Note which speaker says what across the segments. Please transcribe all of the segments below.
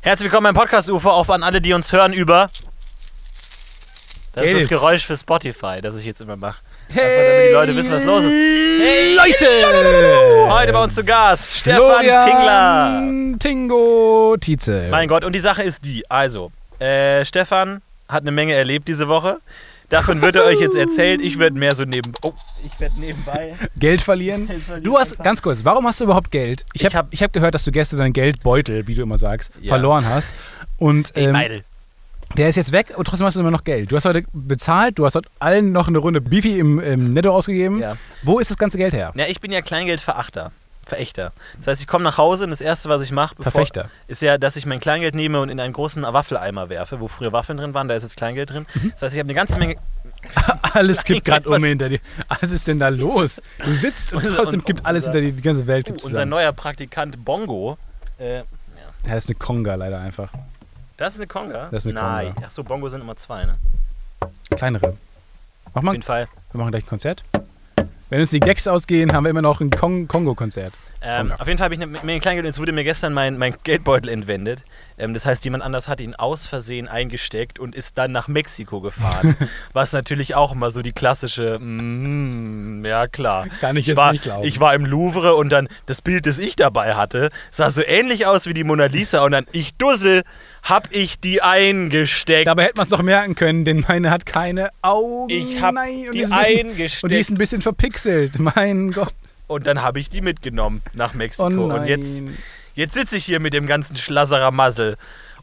Speaker 1: Herzlich willkommen beim Podcast UFO, auch an alle, die uns hören über. Das ist
Speaker 2: Geld.
Speaker 1: das Geräusch für Spotify, das ich jetzt immer mache. Einfach damit die Leute wissen, was los ist. Hey Leute! Heute bei uns zu Gast Stefan Tingler.
Speaker 2: Florian Tingo Tietze.
Speaker 1: Mein Gott, und die Sache ist die. Also, äh, Stefan hat eine Menge erlebt diese Woche. Davon wird er euch jetzt erzählt. Ich werde mehr so neben. Oh, ich werde nebenbei.
Speaker 2: Geld verlieren.
Speaker 1: Geld verlieren
Speaker 2: Du hast,
Speaker 1: einfach.
Speaker 2: ganz kurz, warum hast du überhaupt Geld? Ich
Speaker 1: Ich
Speaker 2: habe
Speaker 1: hab-
Speaker 2: ich hab gehört, dass du gestern deinen Geldbeutel, wie du immer sagst,
Speaker 1: Ja.
Speaker 2: verloren hast. Und
Speaker 1: Ey,
Speaker 2: ähm,
Speaker 1: Meidel.
Speaker 2: der ist jetzt weg und trotzdem hast du immer noch Geld. Du hast heute bezahlt, du hast heute allen noch eine Runde Beefy im, im Netto ausgegeben.
Speaker 1: Ja.
Speaker 2: Wo ist das ganze Geld her?
Speaker 1: Ja, ich bin ja Kleingeldverachter. Verächter. Das heißt, ich komme nach Hause und das Erste, was ich mache, bevor-
Speaker 2: Verfechter.
Speaker 1: ist ja, dass ich mein Kleingeld nehme und in einen großen Waffeleimer werfe, wo früher Waffeln drin waren, da ist jetzt Kleingeld drin.
Speaker 2: Mhm.
Speaker 1: Das heißt, ich habe eine ganze Menge
Speaker 2: Alles kippt
Speaker 1: Nein,
Speaker 2: gerade um
Speaker 1: was-
Speaker 2: hinter dir. Was ist denn da los? Du sitzt und
Speaker 1: Unser-
Speaker 2: trotzdem
Speaker 1: und-
Speaker 2: kippt alles
Speaker 1: unser-
Speaker 2: hinter dir, die ganze Welt
Speaker 1: Oh,
Speaker 2: kippt
Speaker 1: unser
Speaker 2: zusammen.
Speaker 1: neuer Praktikant Bongo. Äh,
Speaker 2: Ja, das ist eine Konga leider einfach.
Speaker 1: das ist eine Conga?
Speaker 2: Das ist eine
Speaker 1: Nein.
Speaker 2: Conga.
Speaker 1: Achso, Bongo sind immer zwei, ne?
Speaker 2: Kleinere. Mach
Speaker 1: Auf
Speaker 2: mal
Speaker 1: jeden Fall.
Speaker 2: Wir machen gleich ein Konzert. Wenn uns die Gags ausgehen, haben wir immer noch ein Kong Kongo-Konzert.
Speaker 1: Ähm,
Speaker 2: Conga.
Speaker 1: auf jeden Fall habe ich eine Menge Kleingeld und es wurde mir gestern mein, mein Geldbeutel entwendet. Ähm, das heißt, jemand anders hat ihn aus Versehen eingesteckt und ist dann nach Mexiko gefahren. was natürlich auch mal so die klassische, mm, ja klar.
Speaker 2: Kann ich jetzt
Speaker 1: war,
Speaker 2: nicht glauben.
Speaker 1: Ich war im Louvre und dann das Bild, das ich dabei hatte, sah so ähnlich aus wie die Mona Lisa und dann, ich Dussel, hab ich die eingesteckt.
Speaker 2: Dabei hätte man es doch merken können, denn meine hat keine Augen.
Speaker 1: Ich hab
Speaker 2: Nein, und
Speaker 1: die
Speaker 2: die ist ein bisschen,
Speaker 1: eingesteckt.
Speaker 2: Und die ist ein bisschen verpixelt. Mein Gott.
Speaker 1: Und dann habe ich die mitgenommen nach Mexiko.
Speaker 2: Oh nein.
Speaker 1: und jetzt, jetzt sitze ich hier mit dem ganzen Schlasseramasel.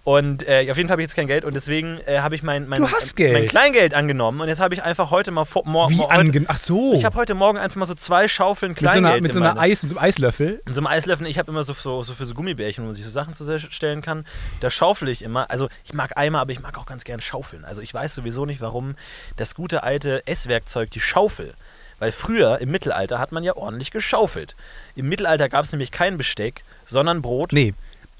Speaker 1: Und äh, auf jeden Fall habe ich jetzt kein Geld und deswegen äh, habe ich mein, mein,
Speaker 2: Du hast
Speaker 1: mein,
Speaker 2: Geld.
Speaker 1: Kleingeld angenommen. Und jetzt habe ich einfach heute mal vor, mor
Speaker 2: Wie
Speaker 1: mor- heute,
Speaker 2: angenehm. Ach so.
Speaker 1: Ich habe heute Morgen einfach mal so zwei Schaufeln
Speaker 2: mit so
Speaker 1: Kleingeld.
Speaker 2: einer, mit so
Speaker 1: in
Speaker 2: einer
Speaker 1: meine-
Speaker 2: Eis, mit so einem Eislöffel.
Speaker 1: in so einem Eislöffel, ich habe immer so, so, so für so Gummibärchen, wo man sich so Sachen zusammenstellen kann. Da schaufel ich immer. Also ich mag Eimer, aber ich mag auch ganz gern Schaufeln. Also ich weiß sowieso nicht, warum das gute alte Esswerkzeug, die Schaufel. Weil früher im Mittelalter hat man ja ordentlich geschaufelt. Im Mittelalter gab es nämlich kein Besteck, sondern Brot.
Speaker 2: Nee.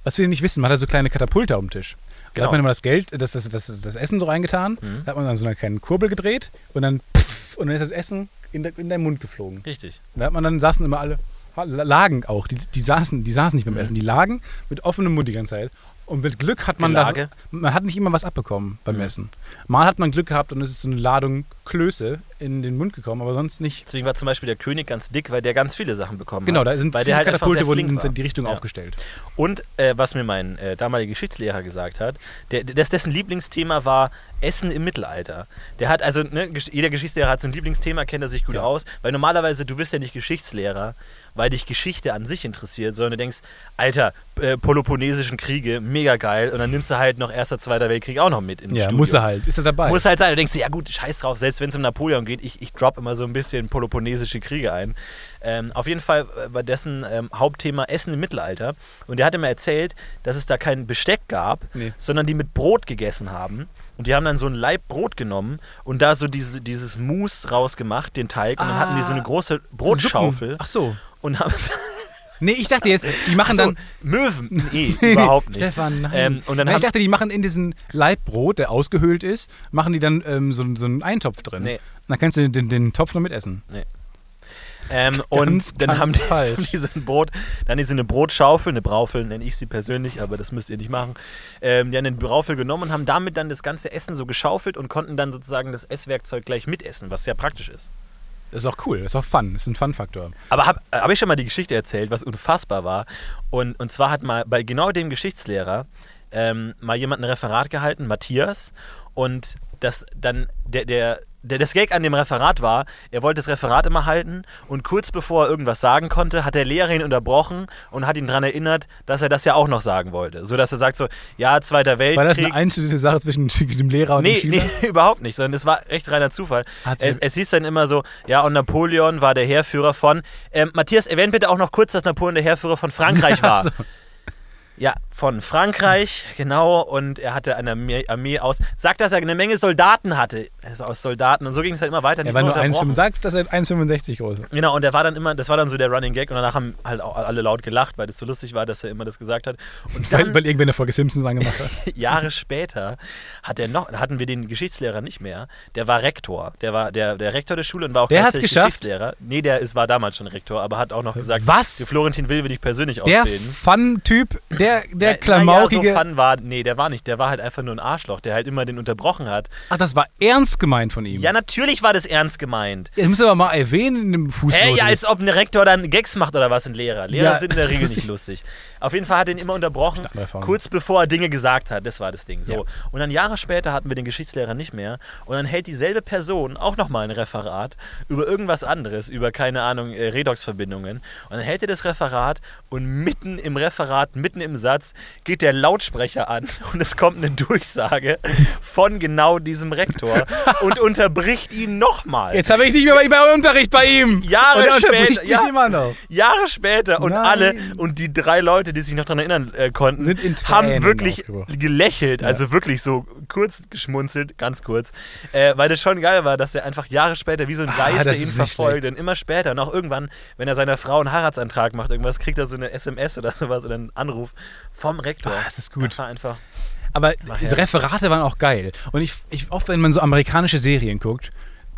Speaker 2: Was wir nicht wissen, man hat so kleine Katapulte auf dem Tisch. Da
Speaker 1: Genau. Mhm.
Speaker 2: hat man immer das Geld, das, das, das, das Essen so reingetan, da hat man dann so eine kleine Kurbel gedreht und dann pff, und dann ist das Essen in, de, in deinen Mund geflogen.
Speaker 1: Richtig.
Speaker 2: Und Da hat man dann saßen immer alle, ha- lagen auch, die, die, saßen, die saßen nicht
Speaker 1: Mhm.
Speaker 2: beim Essen, die lagen mit offenem Mund die ganze Zeit. Und mit Glück hat man das,
Speaker 1: Gelage.
Speaker 2: man hat nicht immer was abbekommen
Speaker 1: Mhm.
Speaker 2: beim Essen. Mal hat man Glück gehabt und es ist so eine Ladung Klöße in den Mund gekommen, aber sonst nicht.
Speaker 1: Deswegen war zum Beispiel der König ganz dick, weil der ganz viele Sachen bekommen
Speaker 2: Genau,
Speaker 1: hat.
Speaker 2: da sind
Speaker 1: weil
Speaker 2: viele
Speaker 1: der halt einfach
Speaker 2: Katapulte
Speaker 1: sehr flink
Speaker 2: wurden
Speaker 1: war.
Speaker 2: in die Richtung
Speaker 1: Ja.
Speaker 2: aufgestellt.
Speaker 1: Und äh, was mir mein äh, damaliger Geschichtslehrer gesagt hat, der, dass dessen Lieblingsthema war Essen im Mittelalter. Der hat also, ne, Gesch- jeder Geschichtslehrer hat so ein Lieblingsthema, kennt er sich gut
Speaker 2: Ja.
Speaker 1: aus, weil normalerweise du bist ja nicht Geschichtslehrer, weil dich Geschichte an sich interessiert, sondern du denkst, Alter, äh, Peloponnesischen Kriege, mega geil, und dann nimmst du halt noch Erster, Zweiter Weltkrieg auch noch mit ins
Speaker 2: Ja,
Speaker 1: Studio.
Speaker 2: muss er halt, ist er dabei.
Speaker 1: Muss halt sein. Du denkst dir, ja gut, scheiß drauf, selbst wenn es um Napoleon geht, ich, ich drop immer so ein bisschen peloponnesische Kriege ein. Ähm, auf jeden Fall war dessen ähm, Hauptthema Essen im Mittelalter. Und er hat immer erzählt, dass es da kein Besteck gab,
Speaker 2: Nee.
Speaker 1: sondern die mit Brot gegessen haben. Und die haben dann so ein Laib Brot genommen und da so diese, dieses Mousse rausgemacht, den Teig. Und dann hatten die so eine große Brotschaufel
Speaker 2: Ah. Suppen. Ach so.
Speaker 1: und haben
Speaker 2: Nee, ich dachte jetzt, die machen
Speaker 1: so,
Speaker 2: dann.
Speaker 1: Möwen. Nee, überhaupt nicht.
Speaker 2: Stefan, nein.
Speaker 1: Ähm, und dann
Speaker 2: nein
Speaker 1: haben,
Speaker 2: ich dachte, die machen in diesen Leibbrot, der ausgehöhlt ist, machen die dann ähm, so, so einen Eintopf drin.
Speaker 1: Nee.
Speaker 2: Und dann kannst du den, den, den Topf noch mitessen.
Speaker 1: Ähm,
Speaker 2: Ganz,
Speaker 1: und dann
Speaker 2: ganz
Speaker 1: haben, die,
Speaker 2: falsch.
Speaker 1: haben die so ein Brot, dann haben die so eine Brotschaufel, eine Braufel nenne ich sie persönlich, aber das müsst ihr nicht machen. Ähm, die haben eine Braufel genommen und haben damit dann das ganze Essen so geschaufelt und konnten dann sozusagen das Esswerkzeug gleich mitessen, was sehr praktisch ist.
Speaker 2: Das ist auch cool, das ist auch Fun, das ist ein Fun-Faktor.
Speaker 1: Aber habe hab ich schon mal die Geschichte erzählt, was unfassbar war. Und, und zwar hat mal bei genau dem Geschichtslehrer ähm, mal jemand ein Referat gehalten, Matthias. Und das dann der, der, der das Gag an dem Referat war, er wollte das Referat immer halten und kurz bevor er irgendwas sagen konnte, hat der Lehrer ihn unterbrochen und hat ihn daran erinnert, dass er das ja auch noch sagen wollte. So dass er sagt so, ja, Zweiter Weltkrieg.
Speaker 2: War das eine einstudierte Sache zwischen dem Lehrer und dem
Speaker 1: Nee,
Speaker 2: Schüler?
Speaker 1: nee, überhaupt nicht, sondern es war echt reiner Zufall.
Speaker 2: Hat sie-
Speaker 1: Es, es hieß dann immer so, ja, und Napoleon war der Heerführer von. Ähm, Matthias, erwähnt bitte auch noch kurz, dass Napoleon der Heerführer von Frankreich war.
Speaker 2: so.
Speaker 1: Ja, von Frankreich, genau, und er hatte eine Armee, Armee aus. Sagt, dass er eine Menge Soldaten hatte. Also aus Soldaten. Und so ging es halt immer weiter.
Speaker 2: Er
Speaker 1: nicht
Speaker 2: war
Speaker 1: mehr
Speaker 2: nur 1,65,
Speaker 1: unterbrochen.
Speaker 2: sagt, dass er 1,65 groß war.
Speaker 1: Genau, und der war dann immer, das war dann so der Running Gag und danach haben halt auch alle laut gelacht, weil das so lustig war, dass er immer das gesagt hat. Und dann,
Speaker 2: Weil, weil irgendwer eine Folge Simpsons angemacht hat.
Speaker 1: Jahre später hat er noch, hatten wir den Geschichtslehrer nicht mehr. Der war Rektor. Der war der, der Rektor der Schule und war auch
Speaker 2: Der hat's
Speaker 1: tatsächlich
Speaker 2: geschafft?
Speaker 1: Geschichtslehrer. Nee, der ist, war damals schon Rektor, aber hat auch noch gesagt,
Speaker 2: Was?
Speaker 1: "Der Florentin will will ich persönlich
Speaker 2: Der
Speaker 1: ausbilden.
Speaker 2: Fun-Typ, der der, der
Speaker 1: Na-
Speaker 2: klamaukige.
Speaker 1: Naja, so fun war, nee, der war nicht. Der war halt einfach nur ein Arschloch, der halt immer den unterbrochen hat.
Speaker 2: Ach, das war ernst gemeint von ihm.
Speaker 1: Ja, natürlich war das ernst gemeint.
Speaker 2: Das müssen wir mal erwähnen in dem Fußnote.
Speaker 1: Hä, ja, als ob ein Rektor dann Gags macht oder was, ein Lehrer. Lehrer
Speaker 2: Ja,
Speaker 1: sind in der
Speaker 2: das
Speaker 1: Regel
Speaker 2: wusste
Speaker 1: nicht lustig. Auf jeden Fall hat er ihn immer unterbrochen,
Speaker 2: andere Erfahrung.
Speaker 1: kurz bevor er Dinge gesagt hat. Das war das Ding. So.
Speaker 2: Ja.
Speaker 1: Und dann Jahre später hatten wir den Geschichtslehrer nicht mehr. Und dann hält dieselbe Person auch nochmal ein Referat über irgendwas anderes, über, keine Ahnung, äh, Redoxverbindungen. Und dann hält er das Referat und mitten im Referat, mitten im Satz, geht der Lautsprecher an und es kommt eine Durchsage von genau diesem Rektor und unterbricht ihn nochmal.
Speaker 2: Jetzt habe ich nicht mehr bei, bei Unterricht bei ihm.
Speaker 1: Jahre
Speaker 2: Und er unterbricht
Speaker 1: später,
Speaker 2: mich
Speaker 1: ja.
Speaker 2: immer noch.
Speaker 1: Jahre später und
Speaker 2: Nein.
Speaker 1: alle und die drei Leute, die sich noch daran erinnern äh, konnten,
Speaker 2: Sind in Tränen
Speaker 1: haben wirklich
Speaker 2: ausgebrochen.
Speaker 1: gelächelt, also wirklich so kurz geschmunzelt, ganz kurz, äh, weil das schon geil war, dass er einfach Jahre später wie so ein Geist,
Speaker 2: Ah, das
Speaker 1: der ihn
Speaker 2: ist nicht
Speaker 1: verfolgt und immer später und auch irgendwann, wenn er seiner Frau einen Heiratsantrag macht, irgendwas, kriegt er so eine SMS oder sowas oder einen Anruf vom Rektor.
Speaker 2: Ah, das ist gut.
Speaker 1: war einfach.
Speaker 2: Aber
Speaker 1: Mach
Speaker 2: diese
Speaker 1: her.
Speaker 2: Referate waren auch geil. Und ich, ich, oft, wenn man so amerikanische Serien guckt,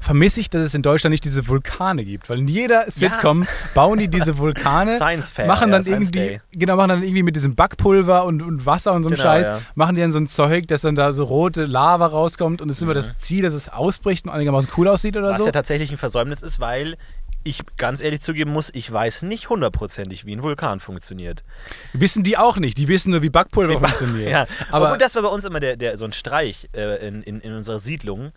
Speaker 2: vermisse ich, dass es in Deutschland nicht diese Vulkane gibt. Weil in jeder Sitcom bauen die diese Vulkane,
Speaker 1: Science Fair,
Speaker 2: machen
Speaker 1: ja,
Speaker 2: dann
Speaker 1: Science
Speaker 2: irgendwie,
Speaker 1: Day.
Speaker 2: genau, machen dann irgendwie mit diesem Backpulver und, und Wasser und so einem
Speaker 1: Genau,
Speaker 2: Scheiß,
Speaker 1: ja.
Speaker 2: machen die dann so ein Zeug, dass dann da so rote Lava rauskommt und es ist immer das Ziel, dass es ausbricht und einigermaßen cool aussieht oder
Speaker 1: Mhm. Was
Speaker 2: so.
Speaker 1: ja tatsächlich ein Versäumnis ist, weil ich ganz ehrlich zugeben muss, ich weiß nicht hundertprozentig, wie ein Vulkan funktioniert.
Speaker 2: Wissen die auch nicht. Die wissen nur, wie Backpulver funktioniert.
Speaker 1: Ja, aber
Speaker 2: Aber
Speaker 1: Obwohl, das war bei uns immer der, der, so ein Streich äh, in, in, in unserer Siedlung.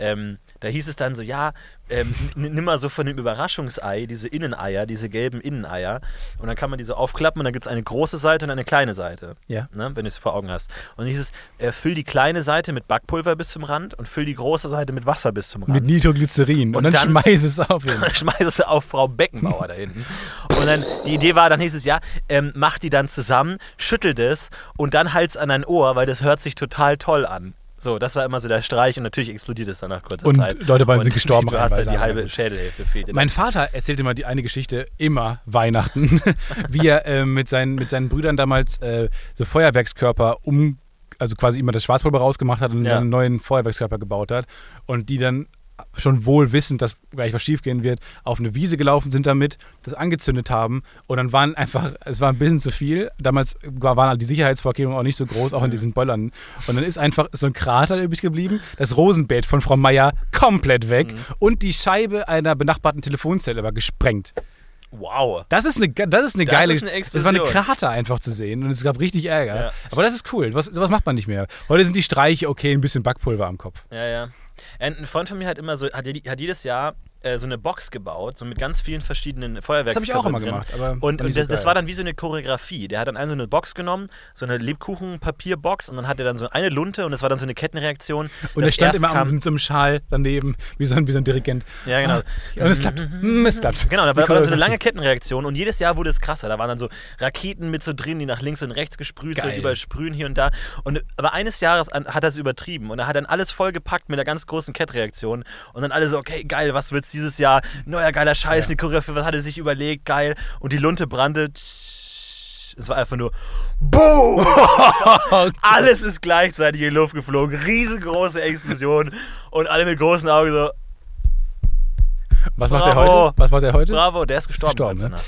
Speaker 1: Ähm, da hieß es dann so, ja, ähm, n- nimm mal so von dem Überraschungsei diese Inneneier, diese gelben Inneneier. Und dann kann man diese aufklappen und dann gibt es eine große Seite und eine kleine Seite,
Speaker 2: Ja.
Speaker 1: ne, wenn du es vor Augen hast. Und dann hieß es, äh, füll die kleine Seite mit Backpulver bis zum Rand und füll die große Seite mit Wasser bis zum Rand
Speaker 2: mit Nitroglycerin. Und,
Speaker 1: Und
Speaker 2: dann,
Speaker 1: dann-
Speaker 2: schmeiß es auf ihn.
Speaker 1: schmeiße sie auf Frau Beckenbauer da hinten. Und dann, die Idee war, dann hieß es, ja, ähm, mach die dann zusammen, schüttelt es und dann halt's an dein Ohr, weil das hört sich total toll an. So, das war immer so der Streich und natürlich explodiert es dann nach kurzer
Speaker 2: Und
Speaker 1: Zeit.
Speaker 2: Leute waren- sind gestorben
Speaker 1: Du hast halt
Speaker 2: reinweise,
Speaker 1: die
Speaker 2: aber
Speaker 1: halbe
Speaker 2: gut.
Speaker 1: Schädelhälfte fehlt.
Speaker 2: Mein Vater erzählte mal die eine Geschichte immer Weihnachten, wie er ähm, mit, seinen, mit seinen Brüdern damals äh, so Feuerwerkskörper um, also quasi immer das Schwarzpulver rausgemacht hat und
Speaker 1: Ja.
Speaker 2: dann einen neuen Feuerwerkskörper gebaut hat und die dann schon wohl wissend, dass gleich was schiefgehen wird, auf eine Wiese gelaufen sind damit, das angezündet haben und dann waren einfach, es war ein bisschen zu viel. Damals war- waren halt die Sicherheitsvorkehrungen auch nicht so groß, auch in diesen Böllern. Und dann ist einfach so ein Krater übrig geblieben, das Rosenbeet von Frau Meier komplett weg und die Scheibe einer benachbarten Telefonzelle war gesprengt.
Speaker 1: wow.
Speaker 2: Das ist eine, ge- das ist eine
Speaker 1: Das
Speaker 2: geile
Speaker 1: ist eine
Speaker 2: Das war eine
Speaker 1: Explosion.
Speaker 2: Krater einfach zu sehen und es gab richtig Ärger.
Speaker 1: Ja.
Speaker 2: Aber das ist cool. Was, sowas macht man nicht mehr. Heute sind die Streiche okay, ein bisschen Backpulver am Kopf.
Speaker 1: Ja, ja. Und ein Freund von mir hat immer so, hat, je- hat jedes Jahr äh, so eine Box gebaut, so mit ganz vielen verschiedenen Feuerwerkskörpern.
Speaker 2: Das hab ich auch immer
Speaker 1: drin.
Speaker 2: gemacht, aber war
Speaker 1: und
Speaker 2: nicht
Speaker 1: und
Speaker 2: so
Speaker 1: das, das
Speaker 2: geil.
Speaker 1: war dann wie so eine Choreografie. Der hat dann eine so eine Box genommen, so eine Lebkuchenpapierbox und dann hat er dann so eine Lunte und das war dann so eine Kettenreaktion.
Speaker 2: Und
Speaker 1: das
Speaker 2: er stand
Speaker 1: erst
Speaker 2: immer
Speaker 1: kam,
Speaker 2: am, mit so einem Schal daneben, wie so ein, wie so ein Dirigent.
Speaker 1: Ja, genau.
Speaker 2: Ah, Und es klappt. Hm, Es klappt.
Speaker 1: Genau, da
Speaker 2: Die
Speaker 1: war, war dann so eine
Speaker 2: Choreografie.
Speaker 1: lange Kettenreaktion und jedes Jahr wurde es krasser. Da waren dann so Raketen mit so drin, die nach links und rechts gesprüht sind,
Speaker 2: Geil.
Speaker 1: übersprühen hier und da. Und, aber eines Jahres an, hat er es übertrieben und er hat dann alles vollgepackt mit einer ganz großen Kettenreaktion. Und dann alle so, okay, geil, was wird's dieses Jahr? Neuer geiler Scheiß, eine Choreografie, was hat er sich überlegt? Geil. Und die Lunte brannte. Tsch. Es war einfach nur BOOM! Alles ist gleichzeitig in die Luft geflogen. Riesengroße Explosion. Und alle mit großen Augen so,
Speaker 2: Was macht er
Speaker 1: Bravo.
Speaker 2: heute? Was macht er heute?
Speaker 1: bravo, der ist gestorben.
Speaker 2: Gestorben,
Speaker 1: Gott sei
Speaker 2: ne?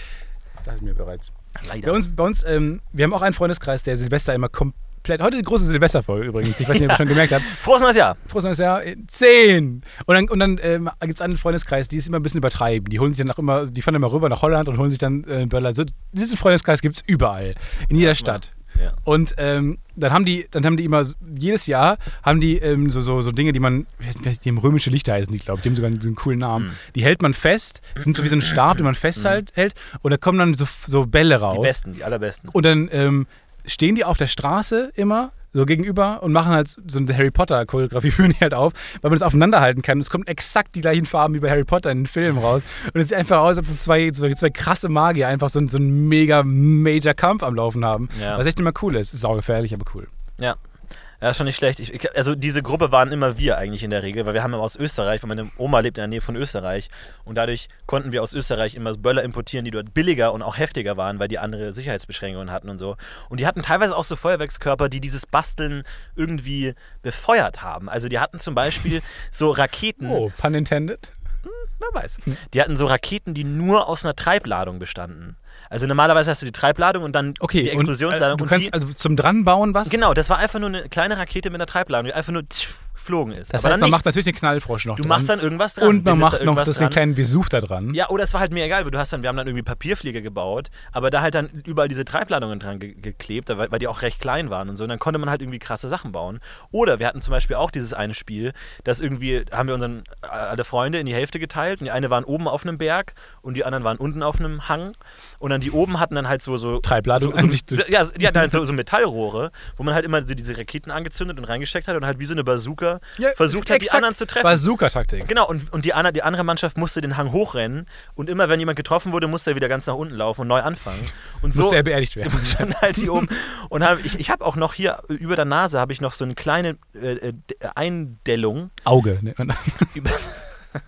Speaker 2: Das dachte ich mir bereits.
Speaker 1: Dank.
Speaker 2: Bei
Speaker 1: Leider.
Speaker 2: uns, bei uns ähm, wir haben auch einen Freundeskreis, der Silvester immer komplett. Heute die große Silvesterfolge übrigens. Ich weiß nicht, ob ihr schon gemerkt habt.
Speaker 1: Frohes neues Jahr.
Speaker 2: Frohes neues Jahr. in Zehn! Und dann, und dann ähm, gibt es einen Freundeskreis, die es immer ein bisschen übertreiben. Die holen sich dann auch immer, die fahren immer rüber nach Holland und holen sich dann äh, Böller. So, diesen Freundeskreis gibt es überall. In jeder Stadt.
Speaker 1: Ja.
Speaker 2: Und ähm, dann haben die, dann haben die immer, so- jedes Jahr haben die ähm, so, so, so Dinge, die man, wie heißt- wie heißt die haben römische Lichter heißen die, glaube ich, die haben sogar einen, so einen coolen Namen.
Speaker 1: Hm.
Speaker 2: Die hält man fest, das sind so wie so ein Stab, den man festhält, hält, und da kommen dann so, so Bälle raus.
Speaker 1: Die besten, die allerbesten.
Speaker 2: Und dann ähm, stehen die auf der Straße immer so gegenüber und machen halt so eine Harry Potter Choreografie führen die halt auf, weil man es aufeinander halten kann. Es kommen exakt die gleichen Farben wie bei Harry Potter in den Filmen raus und es sieht einfach aus, als ob so zwei, so zwei krasse Magier einfach so, einen- so einen mega major Kampf am Laufen haben.
Speaker 1: Ja.
Speaker 2: Was echt immer cool ist. Sau gefährlich, aber cool.
Speaker 1: Ja. Ja, schon nicht schlecht. Ich, ich, also diese Gruppe waren immer wir eigentlich in der Regel, weil wir haben immer aus Österreich, weil meine Oma lebt in der Nähe von Österreich und dadurch konnten wir aus Österreich immer Böller importieren, die dort billiger und auch heftiger waren, weil die andere Sicherheitsbeschränkungen hatten und so. Und die hatten teilweise auch so Feuerwerkskörper, die dieses Basteln irgendwie befeuert haben. Also die hatten zum Beispiel so Raketen,
Speaker 2: Oh, pun Oh, intended.
Speaker 1: Wer weiß. Die hatten so Raketen, die nur aus einer Treibladung bestanden. Also normalerweise hast du die Treibladung und dann
Speaker 2: Okay,
Speaker 1: die
Speaker 2: und,
Speaker 1: Explosionsladung.
Speaker 2: äh, du
Speaker 1: und
Speaker 2: kannst
Speaker 1: die,
Speaker 2: also zum Dranbauen was?
Speaker 1: genau, das war einfach nur eine kleine Rakete mit einer Treibladung, die einfach nur tsch, geflogen ist.
Speaker 2: Das
Speaker 1: Aber
Speaker 2: heißt,
Speaker 1: dann
Speaker 2: man macht
Speaker 1: nichts.
Speaker 2: natürlich den Knallfrosch noch
Speaker 1: du
Speaker 2: dran.
Speaker 1: machst dann irgendwas dran.
Speaker 2: und man
Speaker 1: bindest da
Speaker 2: macht noch
Speaker 1: irgendwas
Speaker 2: das den
Speaker 1: dran.
Speaker 2: kleinen Vesuv da dran.
Speaker 1: Ja, oder es war halt mir egal, weil du hast dann, wir haben dann irgendwie Papierflieger gebaut, aber da halt dann überall diese Treibladungen dran ge geklebt, weil, weil die auch recht klein waren und so. Und dann konnte man halt irgendwie krasse Sachen bauen. Oder wir hatten zum Beispiel auch dieses eine Spiel, das irgendwie, haben wir unseren äh, alle Freunde in die Hälfte geteilt und die eine waren oben auf einem Berg und die anderen waren unten auf einem Hang. Und dann die oben hatten dann halt so, so
Speaker 2: Treibladung
Speaker 1: so,
Speaker 2: Also an
Speaker 1: so,
Speaker 2: sich.
Speaker 1: so, ja, so- die hatten halt so, so Metallrohre, wo man halt immer so diese Raketen angezündet und reingesteckt hat und halt wie so eine Bazooka versucht hat, die
Speaker 2: exakt.
Speaker 1: anderen zu treffen.
Speaker 2: Bazooka-Taktik.
Speaker 1: Genau, und, und die, andere, die andere Mannschaft musste den Hang hochrennen und immer wenn jemand getroffen wurde, musste er wieder ganz nach unten laufen und neu anfangen. Und so
Speaker 2: Musste er beerdigt werden.
Speaker 1: dann halt die oben. Und hab, ich, ich habe auch noch hier äh, über der Nase habe ich noch so eine kleine äh, äh, D- Eindellung.
Speaker 2: Auge nennt man das.
Speaker 1: Über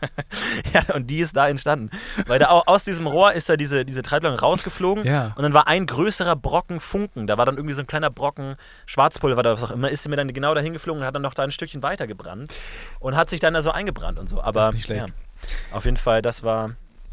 Speaker 1: ja, und die ist da entstanden. Weil da au- aus diesem Rohr ist da diese, diese Treibladung rausgeflogen
Speaker 2: Ja.
Speaker 1: und dann war ein größerer Brocken Funken. Da war dann irgendwie so ein kleiner Brocken Schwarzpulver oder was auch immer, ist sie mir dann genau dahin geflogen und hat dann noch da ein Stückchen weiter gebrannt und hat sich dann da so eingebrannt und so. Aber
Speaker 2: Das ist nicht schlecht.
Speaker 1: Ja, auf jeden Fall, das war,